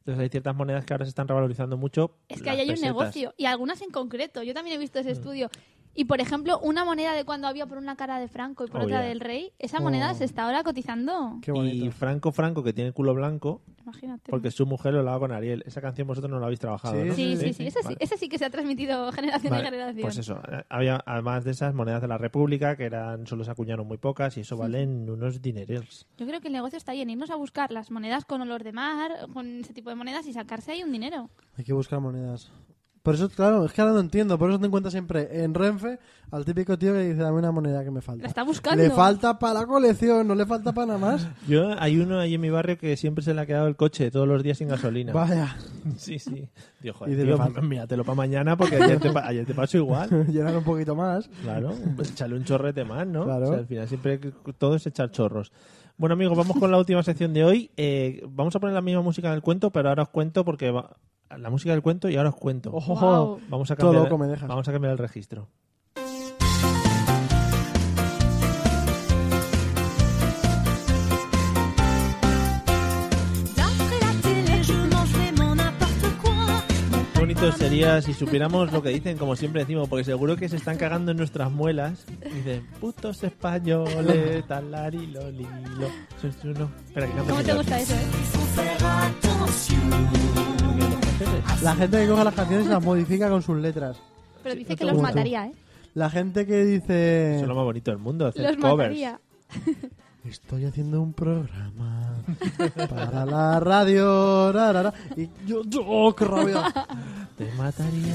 Speaker 1: Entonces hay ciertas monedas que ahora se están revalorizando mucho.
Speaker 3: Es que
Speaker 1: Las
Speaker 3: ahí hay un
Speaker 1: pesetas.
Speaker 3: negocio, y algunas en concreto. Yo también he visto ese estudio. Y por ejemplo, una moneda de cuando había por una cara de Franco y por
Speaker 1: Oh,
Speaker 3: otra
Speaker 1: yeah.
Speaker 3: del rey, esa
Speaker 2: Oh.
Speaker 3: moneda se está ahora cotizando.
Speaker 2: Qué bonito.
Speaker 1: Y Franco Franco, que tiene el culo blanco,
Speaker 3: Imagínate.
Speaker 1: porque su mujer lo lava con Ariel. Esa canción vosotros no la habéis trabajado,
Speaker 2: Sí,
Speaker 1: ¿no?
Speaker 3: Sí, sí, sí. Esa sí,
Speaker 1: Vale.
Speaker 3: esa sí que se ha transmitido generación
Speaker 1: Vale,
Speaker 3: en generación.
Speaker 1: Pues eso, eh, había además de esas monedas de la República que eran solo se acuñaron muy pocas y eso valen unos dineros.
Speaker 3: Yo creo que el negocio está ahí en irnos a buscar las monedas con olor de mar, con ese tipo de monedas y sacarse ahí un dinero.
Speaker 2: Hay que buscar monedas. Por eso, claro, es que ahora no entiendo. Por eso te encuentras siempre en Renfe al típico tío que dice, dame una moneda que me falta.
Speaker 3: La está buscando.
Speaker 2: Le falta para la colección, no le falta para nada más.
Speaker 1: Yo hay uno ahí en mi barrio que siempre se le ha quedado el coche todos los días sin gasolina.
Speaker 2: Vaya,
Speaker 1: Sí, sí. eh, Digo,
Speaker 2: Y
Speaker 1: joder,
Speaker 2: de
Speaker 1: tío,
Speaker 2: elefante.
Speaker 1: míratelo para mañana porque ayer te, pa- ayer te pasó igual.
Speaker 2: llenar un poquito más.
Speaker 1: Claro, echale un chorrete más, ¿no?
Speaker 2: Claro.
Speaker 1: O sea, al final siempre todo es echar chorros. Bueno, amigos, vamos con la última sección de hoy. Eh, vamos a poner la misma música del cuento, pero ahora os cuento porque va- la música del cuento y ahora os cuento.
Speaker 2: Ojo,
Speaker 3: Guau.
Speaker 1: Vamos a
Speaker 2: Oh, Todo
Speaker 1: cambiar,
Speaker 2: loco me dejas.
Speaker 1: Vamos a cambiar el registro. Qué bonito sería si supiéramos lo que dicen, como siempre decimos, porque seguro que se están cagando en nuestras muelas. Y dicen, putos españoles, talarilolilo. Son unos- Espera, que cambie
Speaker 3: ¿Cómo
Speaker 1: el
Speaker 3: te
Speaker 1: señor.
Speaker 3: gusta eso, eh?
Speaker 2: La gente que coge las canciones y las modifica con sus letras.
Speaker 3: Pero dice
Speaker 1: no
Speaker 3: que
Speaker 1: te
Speaker 3: los
Speaker 1: gusta.
Speaker 3: mataría, ¿eh?
Speaker 2: La gente que dice...
Speaker 1: Eso es lo más bonito del mundo, hacer
Speaker 3: Los
Speaker 1: covers.
Speaker 3: mataría.
Speaker 2: Estoy haciendo un programa para la radio. ra, ra, ra. y yo, yo, oh, qué rabia.
Speaker 1: Te mataría.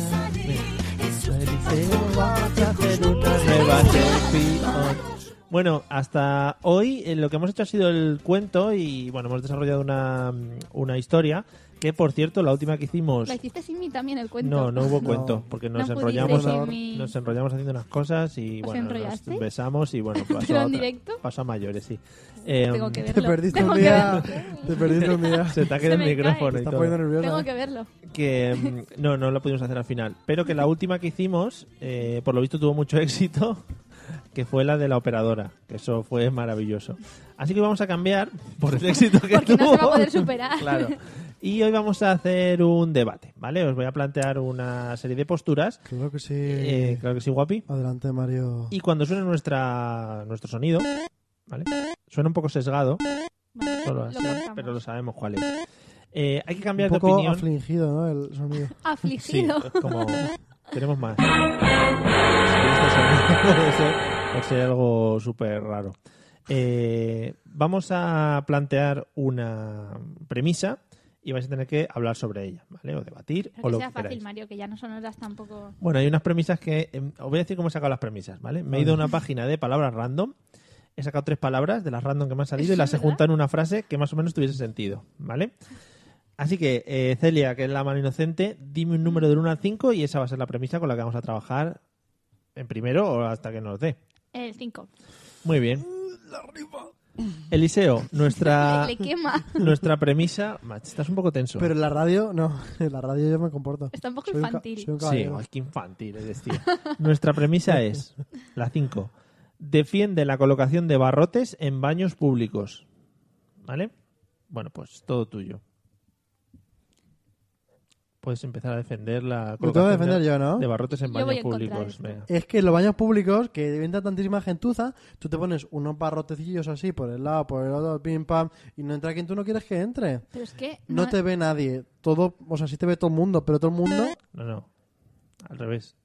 Speaker 1: Bueno, hasta hoy eh, lo que hemos hecho ha sido el cuento y bueno, hemos desarrollado una, una historia que por cierto, la última que hicimos
Speaker 3: La hiciste sin mí también el cuento.
Speaker 1: no, no hubo
Speaker 2: No.
Speaker 1: cuento, porque nos
Speaker 3: No pudiste
Speaker 1: enrollamos
Speaker 2: sin
Speaker 3: mí.
Speaker 1: nos enrollamos haciendo unas cosas y
Speaker 3: ¿Os
Speaker 1: bueno, nos
Speaker 3: enrollaste?
Speaker 1: besamos y bueno, pasó
Speaker 3: ¿Pero
Speaker 1: a,
Speaker 3: en
Speaker 1: otra-
Speaker 3: directo?
Speaker 1: pasó a mayores, sí. Eh,
Speaker 3: Tengo que verlo.
Speaker 2: Te perdiste
Speaker 3: Tengo
Speaker 2: un
Speaker 3: que
Speaker 2: día.
Speaker 3: verlo.
Speaker 2: Te perdiste un día.
Speaker 1: se te ha
Speaker 3: Se
Speaker 1: quedado el
Speaker 3: me cae.
Speaker 1: micrófono
Speaker 2: Te
Speaker 1: y
Speaker 2: está
Speaker 1: todo.
Speaker 2: poniendo nerviosa.
Speaker 3: Tengo que verlo.
Speaker 1: que mm, no, no la pudimos hacer al final. Pero que la última que hicimos, eh, por lo visto tuvo mucho éxito, que fue la de la operadora, que eso fue maravilloso. Así que vamos a cambiar por el éxito que
Speaker 3: Porque no
Speaker 1: tuvo.
Speaker 3: se va a poder superar.
Speaker 1: Claro. Y hoy vamos a hacer un debate, ¿vale? Os voy a plantear una serie de posturas.
Speaker 2: Claro que sí.
Speaker 1: Eh, claro que sí, guapi.
Speaker 2: Adelante, Mario.
Speaker 1: Y cuando suene nuestra, nuestro sonido, ¿vale? Suena un poco sesgado,
Speaker 3: Vale,
Speaker 1: solo así,
Speaker 3: lo cortamos.
Speaker 1: pero lo sabemos cuál es. Eh, hay que cambiar
Speaker 2: un
Speaker 1: de
Speaker 2: poco
Speaker 1: opinión.
Speaker 2: afligido, ¿no? El sonido.
Speaker 1: Sí,
Speaker 3: Afligido.
Speaker 1: como tenemos más. Puede ser, puede ser algo súper raro. Eh, vamos a plantear una premisa y vais a tener que hablar sobre ella, ¿vale? O debatir
Speaker 3: Pero
Speaker 1: o
Speaker 3: que
Speaker 1: lo
Speaker 3: sea
Speaker 1: que
Speaker 3: fácil,
Speaker 1: queráis.
Speaker 3: Mario, que ya no son horas tampoco.
Speaker 1: Bueno, hay unas premisas que... em, os voy a decir cómo he sacado las premisas, ¿vale? Me he ido a una página de palabras random, he sacado tres palabras de las random que me han salido y las he
Speaker 3: ¿Verdad?
Speaker 1: juntado en una frase que más o menos tuviese sentido, ¿vale? Así que, eh, Celia, que es la mano inocente, dime un número del 1 al 5 y esa va a ser la premisa con la que vamos a trabajar
Speaker 3: Eh,
Speaker 1: en primero o hasta que nos dé.
Speaker 3: El 5.
Speaker 1: Muy bien. Eliseo, nuestra,
Speaker 3: Le quema.
Speaker 1: nuestra premisa... Mach, estás un poco tenso.
Speaker 2: Pero en la radio, no. En la radio yo me comporto.
Speaker 3: Está un poco
Speaker 2: Soy un ca-
Speaker 3: infantil.
Speaker 2: soy un
Speaker 1: Sí,
Speaker 2: caballero.
Speaker 1: ay, qué infantil es decir. Nuestra premisa es, la 5, defiende la colocación de barrotes en baños públicos. ¿Vale? Bueno, pues todo tuyo. Puedes empezar a defender la
Speaker 2: Lo tengo que
Speaker 1: colocación
Speaker 2: defender
Speaker 1: de,
Speaker 2: yo, ¿no?
Speaker 1: de barrotes en
Speaker 3: Yo
Speaker 1: baños
Speaker 3: voy en contra de
Speaker 1: públicos.
Speaker 3: esto.
Speaker 1: venga.
Speaker 2: Es que en los baños públicos, que venta tantísima gentuza, tú te pones unos barrotecillos así por el lado, por el otro, pim pam, y no entra quien tú no quieres que entre.
Speaker 3: Pero es que
Speaker 2: No te ve nadie. Todo, o sea, sí te ve todo el mundo, pero todo el mundo
Speaker 1: No, no. Al revés.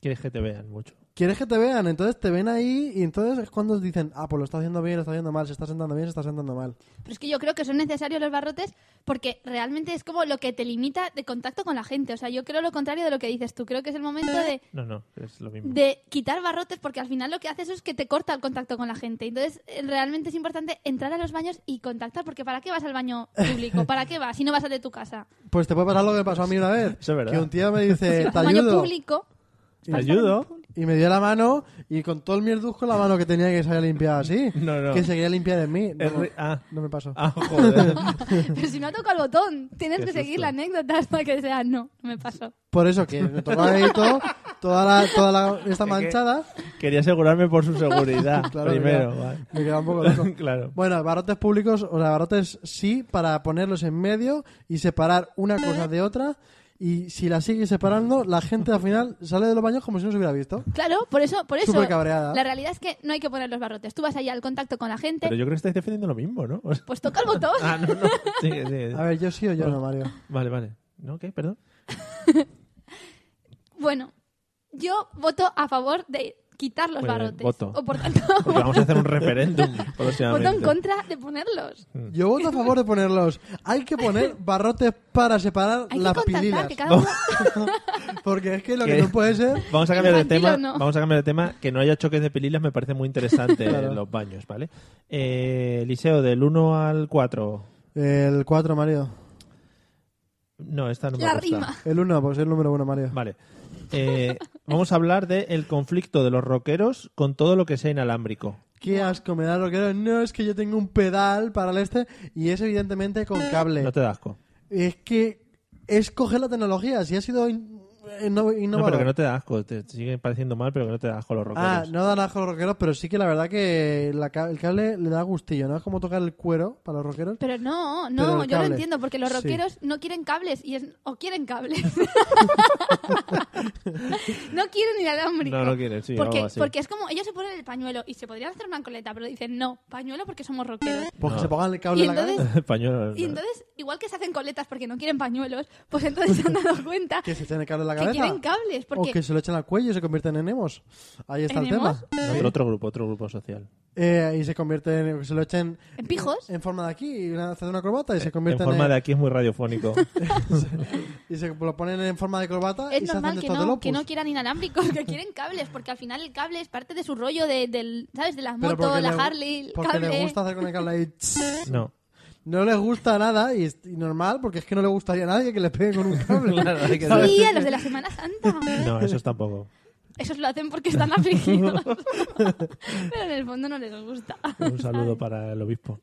Speaker 1: Quieres que te vean mucho.
Speaker 2: quieres que te vean, entonces te ven ahí y entonces es cuando dicen, ah, pues lo está haciendo bien, lo está haciendo mal, se está sentando bien, se está sentando mal.
Speaker 3: Pero es que yo creo que son necesarios los barrotes porque realmente es como lo que te limita de contacto con la gente. O sea, yo creo lo contrario de lo que dices tú. Creo que es el momento de,
Speaker 1: No, no, es lo mismo.
Speaker 3: de quitar barrotes porque al final lo que haces es que te corta el contacto con la gente. Entonces, eh, realmente es importante entrar a los baños y contactar porque ¿para qué vas al baño público? ¿Para qué vas si no vas al de tu casa?
Speaker 2: Pues te puede pasar lo que me pasó a mí una vez.
Speaker 1: Eso es verdad.
Speaker 2: Que un tío me dice,
Speaker 3: Vas
Speaker 2: te
Speaker 3: a un baño
Speaker 2: ayudo.
Speaker 3: público,
Speaker 1: ¿Te ayudo?
Speaker 2: Y me dio la mano y con todo el mierduzco la mano que tenía que se había limpiado así.
Speaker 1: No, no.
Speaker 2: Que se quería limpiar de mí.
Speaker 1: Es
Speaker 2: No,
Speaker 1: ri- ah.
Speaker 2: no me pasó.
Speaker 1: Ah, joder.
Speaker 3: pero si no ha tocado el botón, tienes
Speaker 1: Qué
Speaker 3: que seguir
Speaker 1: susto.
Speaker 3: la anécdota hasta que sea no, no me pasó.
Speaker 2: Por eso que me tocaba ahí todo, toda la, toda la, esta manchada.
Speaker 1: Quería asegurarme por su seguridad.
Speaker 2: Claro,
Speaker 1: primero.
Speaker 2: me queda-
Speaker 1: vale.
Speaker 2: me queda un poco loco.
Speaker 1: Claro.
Speaker 2: Bueno, barrotes públicos, o sea, barrotes sí, para ponerlos en medio y separar una cosa de otra. Y si la sigues separando, la gente al final sale de los baños como si no se hubiera visto.
Speaker 3: Claro, por eso, por eso.
Speaker 2: Supercabreada.
Speaker 3: La realidad es que no hay que poner los barrotes. Tú vas allá al contacto con la gente,
Speaker 1: Pero yo creo que estáis defendiendo lo mismo, ¿no? O sea-
Speaker 3: pues toca el botón.
Speaker 1: Ah, no, no. Sigue, sigue.
Speaker 2: A ver, yo sí o yo no, Mario.
Speaker 1: Vale, vale. ¿No? ¿Qué? Perdón.
Speaker 3: Bueno, yo voto a favor de quitar los
Speaker 1: Muy bien,
Speaker 3: barrotes.
Speaker 1: voto.
Speaker 3: O por tanto,
Speaker 1: Porque vamos a hacer un referéndum
Speaker 3: voto en
Speaker 1: próximamente.
Speaker 3: contra de ponerlos.
Speaker 1: Mm.
Speaker 2: Yo voto a favor de ponerlos. Hay que poner barrotes para separar
Speaker 3: Hay
Speaker 2: las
Speaker 3: que contactar
Speaker 2: pililas.
Speaker 3: que cada uno...
Speaker 2: Porque es que lo
Speaker 1: ¿Qué?
Speaker 2: que no puede ser.
Speaker 1: Vamos a cambiar de
Speaker 3: Infantil
Speaker 1: tema.
Speaker 3: o no.
Speaker 1: Vamos a cambiar de tema. Que no haya choques de pililas me parece muy interesante
Speaker 2: Claro.
Speaker 1: en los baños, ¿vale? Eh, Liceo, del 1 al 4.
Speaker 2: El 4, Mario.
Speaker 1: No, esta no me
Speaker 3: La
Speaker 1: gusta.
Speaker 3: rima.
Speaker 2: El 1, pues el número 1, Mario.
Speaker 1: Vale. Eh, vamos a hablar del conflicto de los rockeros con todo lo que sea inalámbrico.
Speaker 2: Qué asco me da lo que No, es que yo tengo un pedal para el este y es evidentemente con cable.
Speaker 1: No te das asco.
Speaker 2: Es que es coger la tecnología. Si ha sido in- inno-
Speaker 1: No,
Speaker 2: innovador.
Speaker 1: pero que no te das asco. Te sigue pareciendo mal, pero que no te das asco los rockeros.
Speaker 2: Ah, no dan asco a los rockeros, pero sí que la verdad que la ca- el cable le da gustillo, ¿no? Es como tocar el cuero para los rockeros.
Speaker 3: Pero no,
Speaker 2: Pero el
Speaker 3: no, yo lo
Speaker 2: cable.
Speaker 3: entiendo, porque los
Speaker 2: Sí.
Speaker 3: rockeros no quieren cables y es, o quieren cables. no quieren inalámbrico.
Speaker 1: No, no quieren, sí,
Speaker 3: Porque,
Speaker 1: algo así.
Speaker 3: porque es como, ellos se ponen el pañuelo y se podrían hacer una coleta, pero dicen, no, pañuelo porque somos rockeros.
Speaker 2: Porque
Speaker 1: No.
Speaker 2: pues se pongan el cable
Speaker 3: Y
Speaker 2: en la
Speaker 3: entonces-
Speaker 2: cabeza.
Speaker 1: Pañuelo,
Speaker 3: Y
Speaker 1: no.
Speaker 3: entonces, igual que se hacen coletas porque no quieren pañuelos, pues entonces se han dado cuenta
Speaker 2: Que se echen el cable en la
Speaker 3: que
Speaker 2: cabeza.
Speaker 3: quieren cables. Porque
Speaker 2: O que se lo echen al cuello y se convierten en emos. Ahí está
Speaker 3: ¿En
Speaker 2: el tema.
Speaker 1: Otro, otro grupo, otro grupo social.
Speaker 2: Eh, y se convierten, en- se lo echen
Speaker 3: ¿En pijos?
Speaker 2: en forma de aquí, y una- hacen una corbata y se
Speaker 1: En
Speaker 2: convierten
Speaker 1: forma de aquí es muy radiofónico.
Speaker 2: y se lo ponen en forma de corbata
Speaker 3: es
Speaker 2: y se hacen
Speaker 3: normal
Speaker 2: de
Speaker 3: que
Speaker 2: estos del
Speaker 3: no,
Speaker 2: Opus.
Speaker 3: que no quieran inalámbricos, que quieren cables, porque al final el cable es parte de su rollo de, del, ¿sabes? De las
Speaker 2: Pero
Speaker 3: motos,
Speaker 2: porque
Speaker 3: la
Speaker 2: le-
Speaker 3: Harley, el
Speaker 2: Porque
Speaker 3: cable.
Speaker 2: les gusta hacer con el cable ahí. tss.
Speaker 1: No.
Speaker 2: No les gusta nada y, es- y normal, porque es que no le gustaría a nadie que les peguen con un cable.
Speaker 1: Claro, hay que
Speaker 2: ¿Sabes?
Speaker 3: Sí, a los de la Semana Santa.
Speaker 1: No, esos tampoco.
Speaker 3: Esos lo hacen porque están afligidos. Pero en el fondo no les gusta.
Speaker 1: Un saludo para el obispo.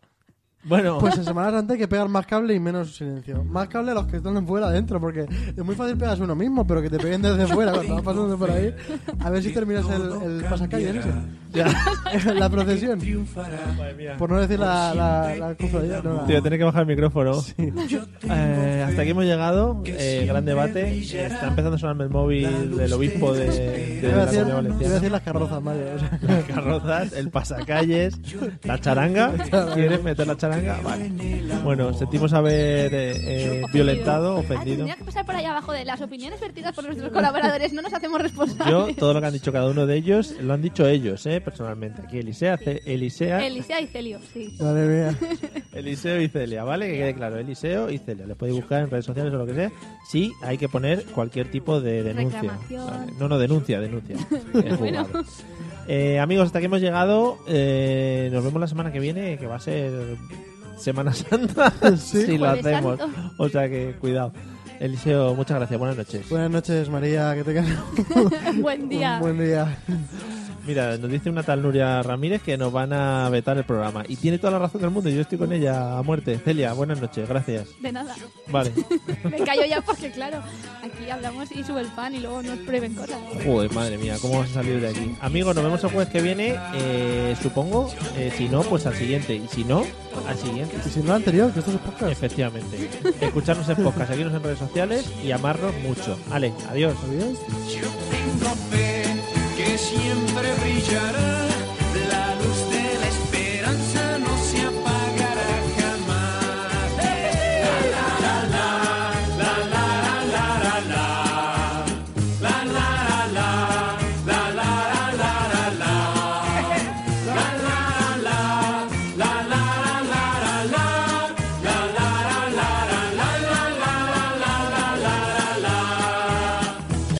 Speaker 1: Bueno,
Speaker 2: Pues en Semana Santa hay que pegar más cable y menos silencio. Más cable a los que están fuera adentro, porque es muy fácil pegarse uno mismo, pero que te peguen desde fuera cuando vas pasando por ahí. A ver si terminas el, el pasacalles ese.
Speaker 1: ya.
Speaker 2: la procesión.
Speaker 1: Madre mía.
Speaker 2: Por no decir la, la, la cofradía, no, la-
Speaker 1: Tío, tenés que bajar el micrófono. Eh, hasta aquí hemos llegado. Eh, gran debate. Eh, Está empezando a sonarme el móvil del obispo de, de
Speaker 2: Te iba a
Speaker 1: la
Speaker 2: decir,
Speaker 1: Comunidad
Speaker 2: te iba a decir
Speaker 1: Valenciana.
Speaker 2: las carrozas, Mario. o sea.
Speaker 1: Las carrozas, el pasacalles, la charanga. ¿Quieres meter la charanga? Vale. Bueno, sentimos haber eh, eh, violentado,
Speaker 3: Ah,
Speaker 1: ofendido.
Speaker 3: tendría que pasar por ahí abajo de las opiniones vertidas por nuestros colaboradores. No nos hacemos
Speaker 1: Yo,
Speaker 3: responsables.
Speaker 1: todo lo que han dicho cada uno de ellos, lo han dicho ellos, eh, personalmente. Aquí Elisea, Ce- Elisea,
Speaker 3: Elisea y Celio, sí.
Speaker 2: Madre mía.
Speaker 1: Eliseo y Celia, ¿vale? Que quede claro, Eliseo y Celia. Les podéis buscar en redes sociales o lo que sea. Sí, hay que poner cualquier tipo de denuncia.
Speaker 3: Reclamación.
Speaker 1: Vale. No, no, denuncia, denuncia. Es jugable. Eh, amigos, hasta aquí hemos llegado. Eh, nos vemos la semana que viene, que va a ser Semana Santa, si lo
Speaker 3: Jueves
Speaker 1: hacemos.
Speaker 3: Santo.
Speaker 1: O sea que cuidado. Eliseo, muchas gracias. Buenas noches.
Speaker 2: Buenas noches, María. Que tengas
Speaker 3: Buen día.
Speaker 2: un buen día.
Speaker 1: Mira, nos dice una tal Nuria Ramírez que nos van a vetar el programa. Y tiene toda la razón del mundo, yo estoy con ella a muerte. Celia, buenas noches, gracias.
Speaker 3: De nada.
Speaker 1: Vale.
Speaker 3: Me callo ya porque, claro, aquí hablamos y sube el pan y luego nos prueben cosas.
Speaker 1: Joder, madre mía, ¿cómo vas a salir de aquí? Amigos, nos vemos el jueves que viene, eh, supongo. Eh, si no, pues al siguiente. Y si no, al siguiente.
Speaker 2: Y si no, anterior, que esto es podcast.
Speaker 1: Efectivamente. Escucharnos en podcast, seguirnos en redes sociales y amarnos mucho. Ale, adiós.
Speaker 2: ¿Sabías?
Speaker 4: Yo tengo fe que siempre brillará la luz de la esperanza.